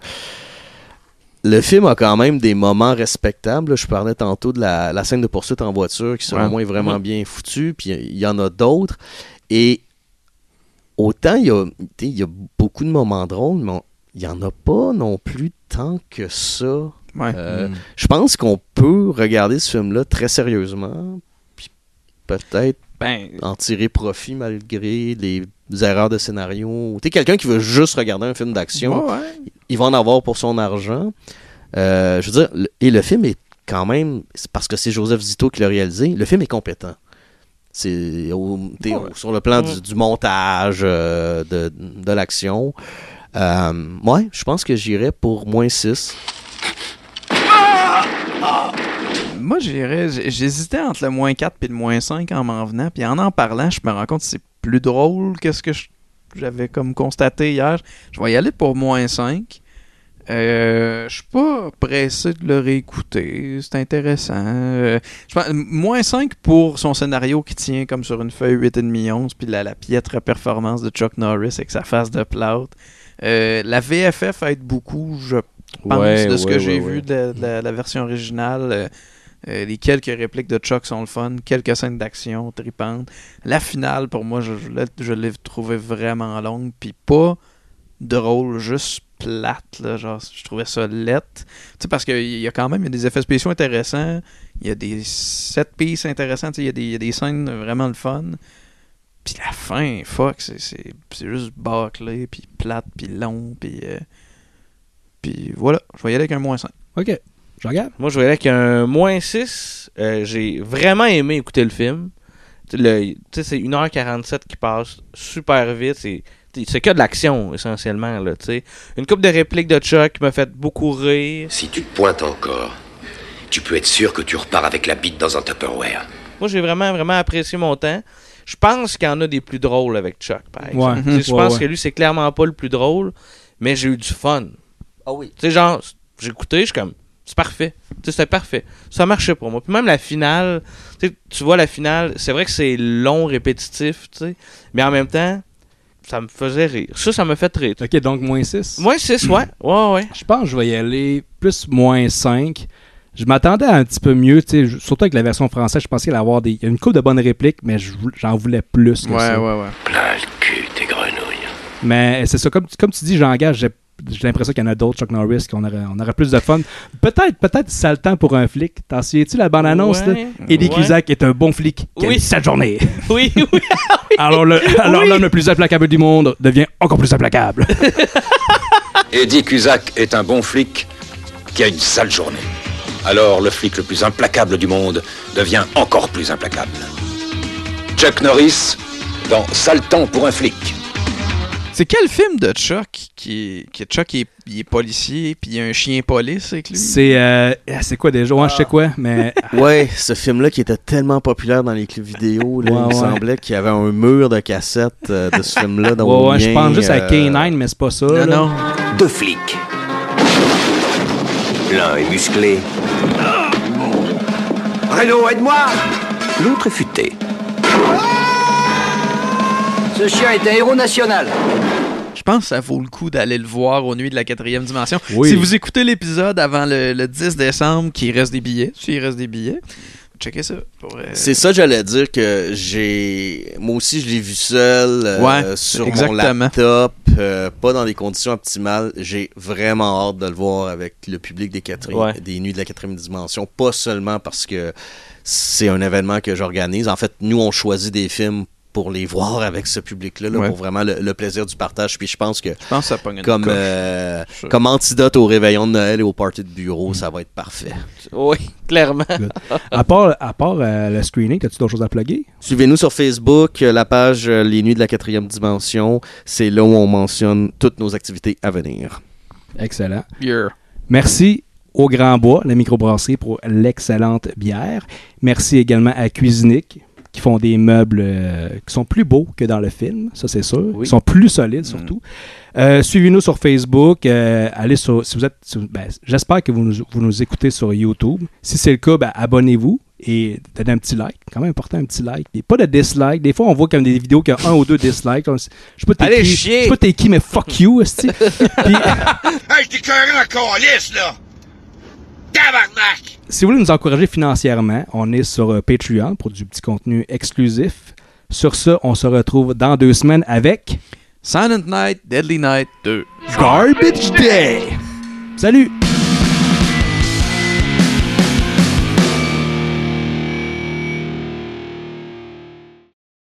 le film a quand même des moments respectables. Je parlais tantôt de la, la scène de poursuite en voiture qui, selon Ouais. moi, est vraiment Mhm. bien foutue. Puis il y en a d'autres. Et autant il y a, tu sais, il y a beaucoup de moments drôles, mais on- il n'y en a pas non plus tant que ça. Euh, Mm. Je pense qu'on peut regarder ce film-là très sérieusement, puis peut-être Ben, en tirer profit malgré les erreurs de scénario. T'es quelqu'un qui veut juste regarder un film d'action, Ouais, il va en avoir pour son argent. Euh, je veux dire, le- et le film est quand même, c'est parce que c'est Joseph Zito qui l'a réalisé, le film est compétent. C'est au- t'es au- sur le plan Mm. du, du montage, euh, de, de l'action. Euh, ouais, je pense que j'irais pour moins 6. Moi, j'irais. j'- J'hésitais entre le moins 4 et le moins 5 en m'en venant. Puis en en parlant, je me rends compte que c'est plus drôle que ce que je- j'avais comme constaté hier. Je vais y aller pour moins 5. Euh, je suis pas pressé de le réécouter. C'est intéressant. Euh, je pense- moins 5 pour son scénario qui tient comme sur une feuille 8,5 11 puis la, la piètre performance de Chuck Norris avec sa face de plâtre. Euh, la VFF aide beaucoup, je pense, Ouais, de ce ouais, que ouais, j'ai ouais. vu de la, de la- la version originale. Euh, euh, les quelques répliques de Chuck sont le fun, quelques scènes d'action tripantes. La finale, pour moi, je, je l'ai- je l'ai trouvée vraiment longue, puis pas drôle, juste plate. Là, genre, je trouvais ça lette. Tu sais, parce qu'il y a quand même il y a des effets spéciaux intéressants, il y a des set pieces intéressants, tu sais, il y, a des- il y a des scènes vraiment le fun. Puis la fin, fuck, c'est- c'est c'est juste bâclé, puis plate, puis long, puis... euh, puis voilà, je vais y aller avec un moins 5. Ok, je regarde. Moi, je vais aller avec un moins 6. Euh, j'ai vraiment aimé écouter le film. Tu le- tu sais, c'est 1h47 qui passe super vite. C'est, tu sais, c'est que de l'action, essentiellement. Là, tu sais. Une coupe de répliques de Chuck qui m'a fait beaucoup rire. Si tu te pointes encore, tu peux être sûr que tu repars avec la bite dans un Tupperware. Moi, j'ai vraiment, vraiment apprécié mon temps. Je pense qu'il y en a des plus drôles avec Chuck, par exemple. Ouais. Tu sais, Je Mhm. pense Ouais, ouais. que lui, c'est clairement pas le plus drôle, mais j'ai eu du fun. Ah oui. Tu sais, genre, j'ai écouté, je suis comme, c'est parfait. Tu sais, c'était parfait. Ça marchait pour moi. Puis même la finale, tu sais, tu vois, la finale, c'est vrai que c'est long, répétitif, tu sais, mais en même temps, ça me faisait rire. Ça, ça me fait rire. Ok, donc moins 6. Moins 6, ouais. Ouais, ouais. Je pense que je vais y aller plus moins 5. Je m'attendais à un petit peu mieux, tu sais, je- surtout avec la version française. Je pensais qu'il allait avoir des, il y a une couple de bonnes répliques, mais je vou- j'en voulais plus que ça. ouais. Plein le cul, tes grenouilles. Mais c'est ça, comme, tu- comme tu dis, j'engage, j'ai j'ai l'impression qu'il y en a d'autres, Chuck Norris, qu'on aurait, on aurait plus de fun. Peut-être, peut-être ça le temps pour un flic. T'en souviens-tu la bande-annonce? là? Ouais. Eddie Ouais. Cusack est un bon flic qui Oui. a cette journée. Oui, oui. Alors le- alors l'homme le plus implacable du monde devient encore plus implacable. Eddie Cusack est un bon flic qui a une sale journée. Alors le flic le plus implacable du monde devient encore plus implacable. Chuck Norris dans Sale temps pour un flic. C'est quel film de Chuck qui est, qui est Chuck, il est, il est policier, puis il y a un chien police avec lui? C'est euh, ah, c'est quoi déjà? Ouais, Je sais quoi, mais Ouais, ce film-là qui était tellement populaire dans les clips vidéo, là, Ouais, il me ouais. semblait qu'il y avait un mur de cassettes euh, de ce film-là. dans Ouais, le ouais, je mien, pense juste à euh, K9, mais c'est pas ça. là. Deux flics. L'un est musclé. Renaud, aide-moi L'autre est futé. Ce chien est un héros national. Je pense que ça vaut le coup d'aller le voir aux nuits de la quatrième dimension. Oui. Si vous écoutez l'épisode avant le, le 10 décembre, qu'il reste des billets, s'il reste des billets, checkez ça. Pour, euh, C'est ça, j'allais dire que j'ai. Moi aussi, je l'ai vu seul euh, Ouais, sur mon exactement. laptop, euh, pas dans des conditions optimales. J'ai vraiment hâte de le voir avec le public des, quatrième- Ouais. des Nuits de la quatrième dimension. Pas seulement parce que c'est un événement que j'organise. En fait, nous, on choisit des films pour les voir avec ce public-là, là, Ouais. pour vraiment le, le plaisir du partage. Puis je pense que je pense que ça pogne une comme, coche. euh, Sûr. comme antidote au réveillon de Noël et au party de bureau, ça va être parfait. Oui, clairement. À part, à part euh, le screening, as-tu d'autres choses à plugger? Suivez-nous sur Facebook, euh, la page euh, Les Nuits de la quatrième dimension. C'est là où on mentionne toutes nos activités à venir. Excellent. Yeah. Merci au Grand Bois, la microbrasserie, pour l'excellente bière. Merci également à Cuisinic, qui font des meubles euh, qui sont plus beaux que dans le film, ça c'est sûr. Ils sont plus solides surtout. Euh, Suivez-nous sur Facebook. euh, allez sur. Si vous êtes, sur- ben, J'espère que vous nous, vous nous écoutez sur YouTube. Si c'est le cas, ben, abonnez-vous et donnez un petit like. Quand même important, un petit like. Et pas de dislike. Des fois, on voit comme des vidéos qui ont un ou deux dislikes. On- Je sais pas t'es Allez qui- chier! je sais pas t'es qui, mais fuck you, esti. Puis- Hey, je t'écœurais en calice, là! Tabarnak! si vous voulez nous encourager financièrement, on est sur euh, Patreon pour du petit contenu exclusif. Sur ce, on se retrouve dans deux semaines avec Silent Night, Deadly Night 2. Garbage Day. Salut!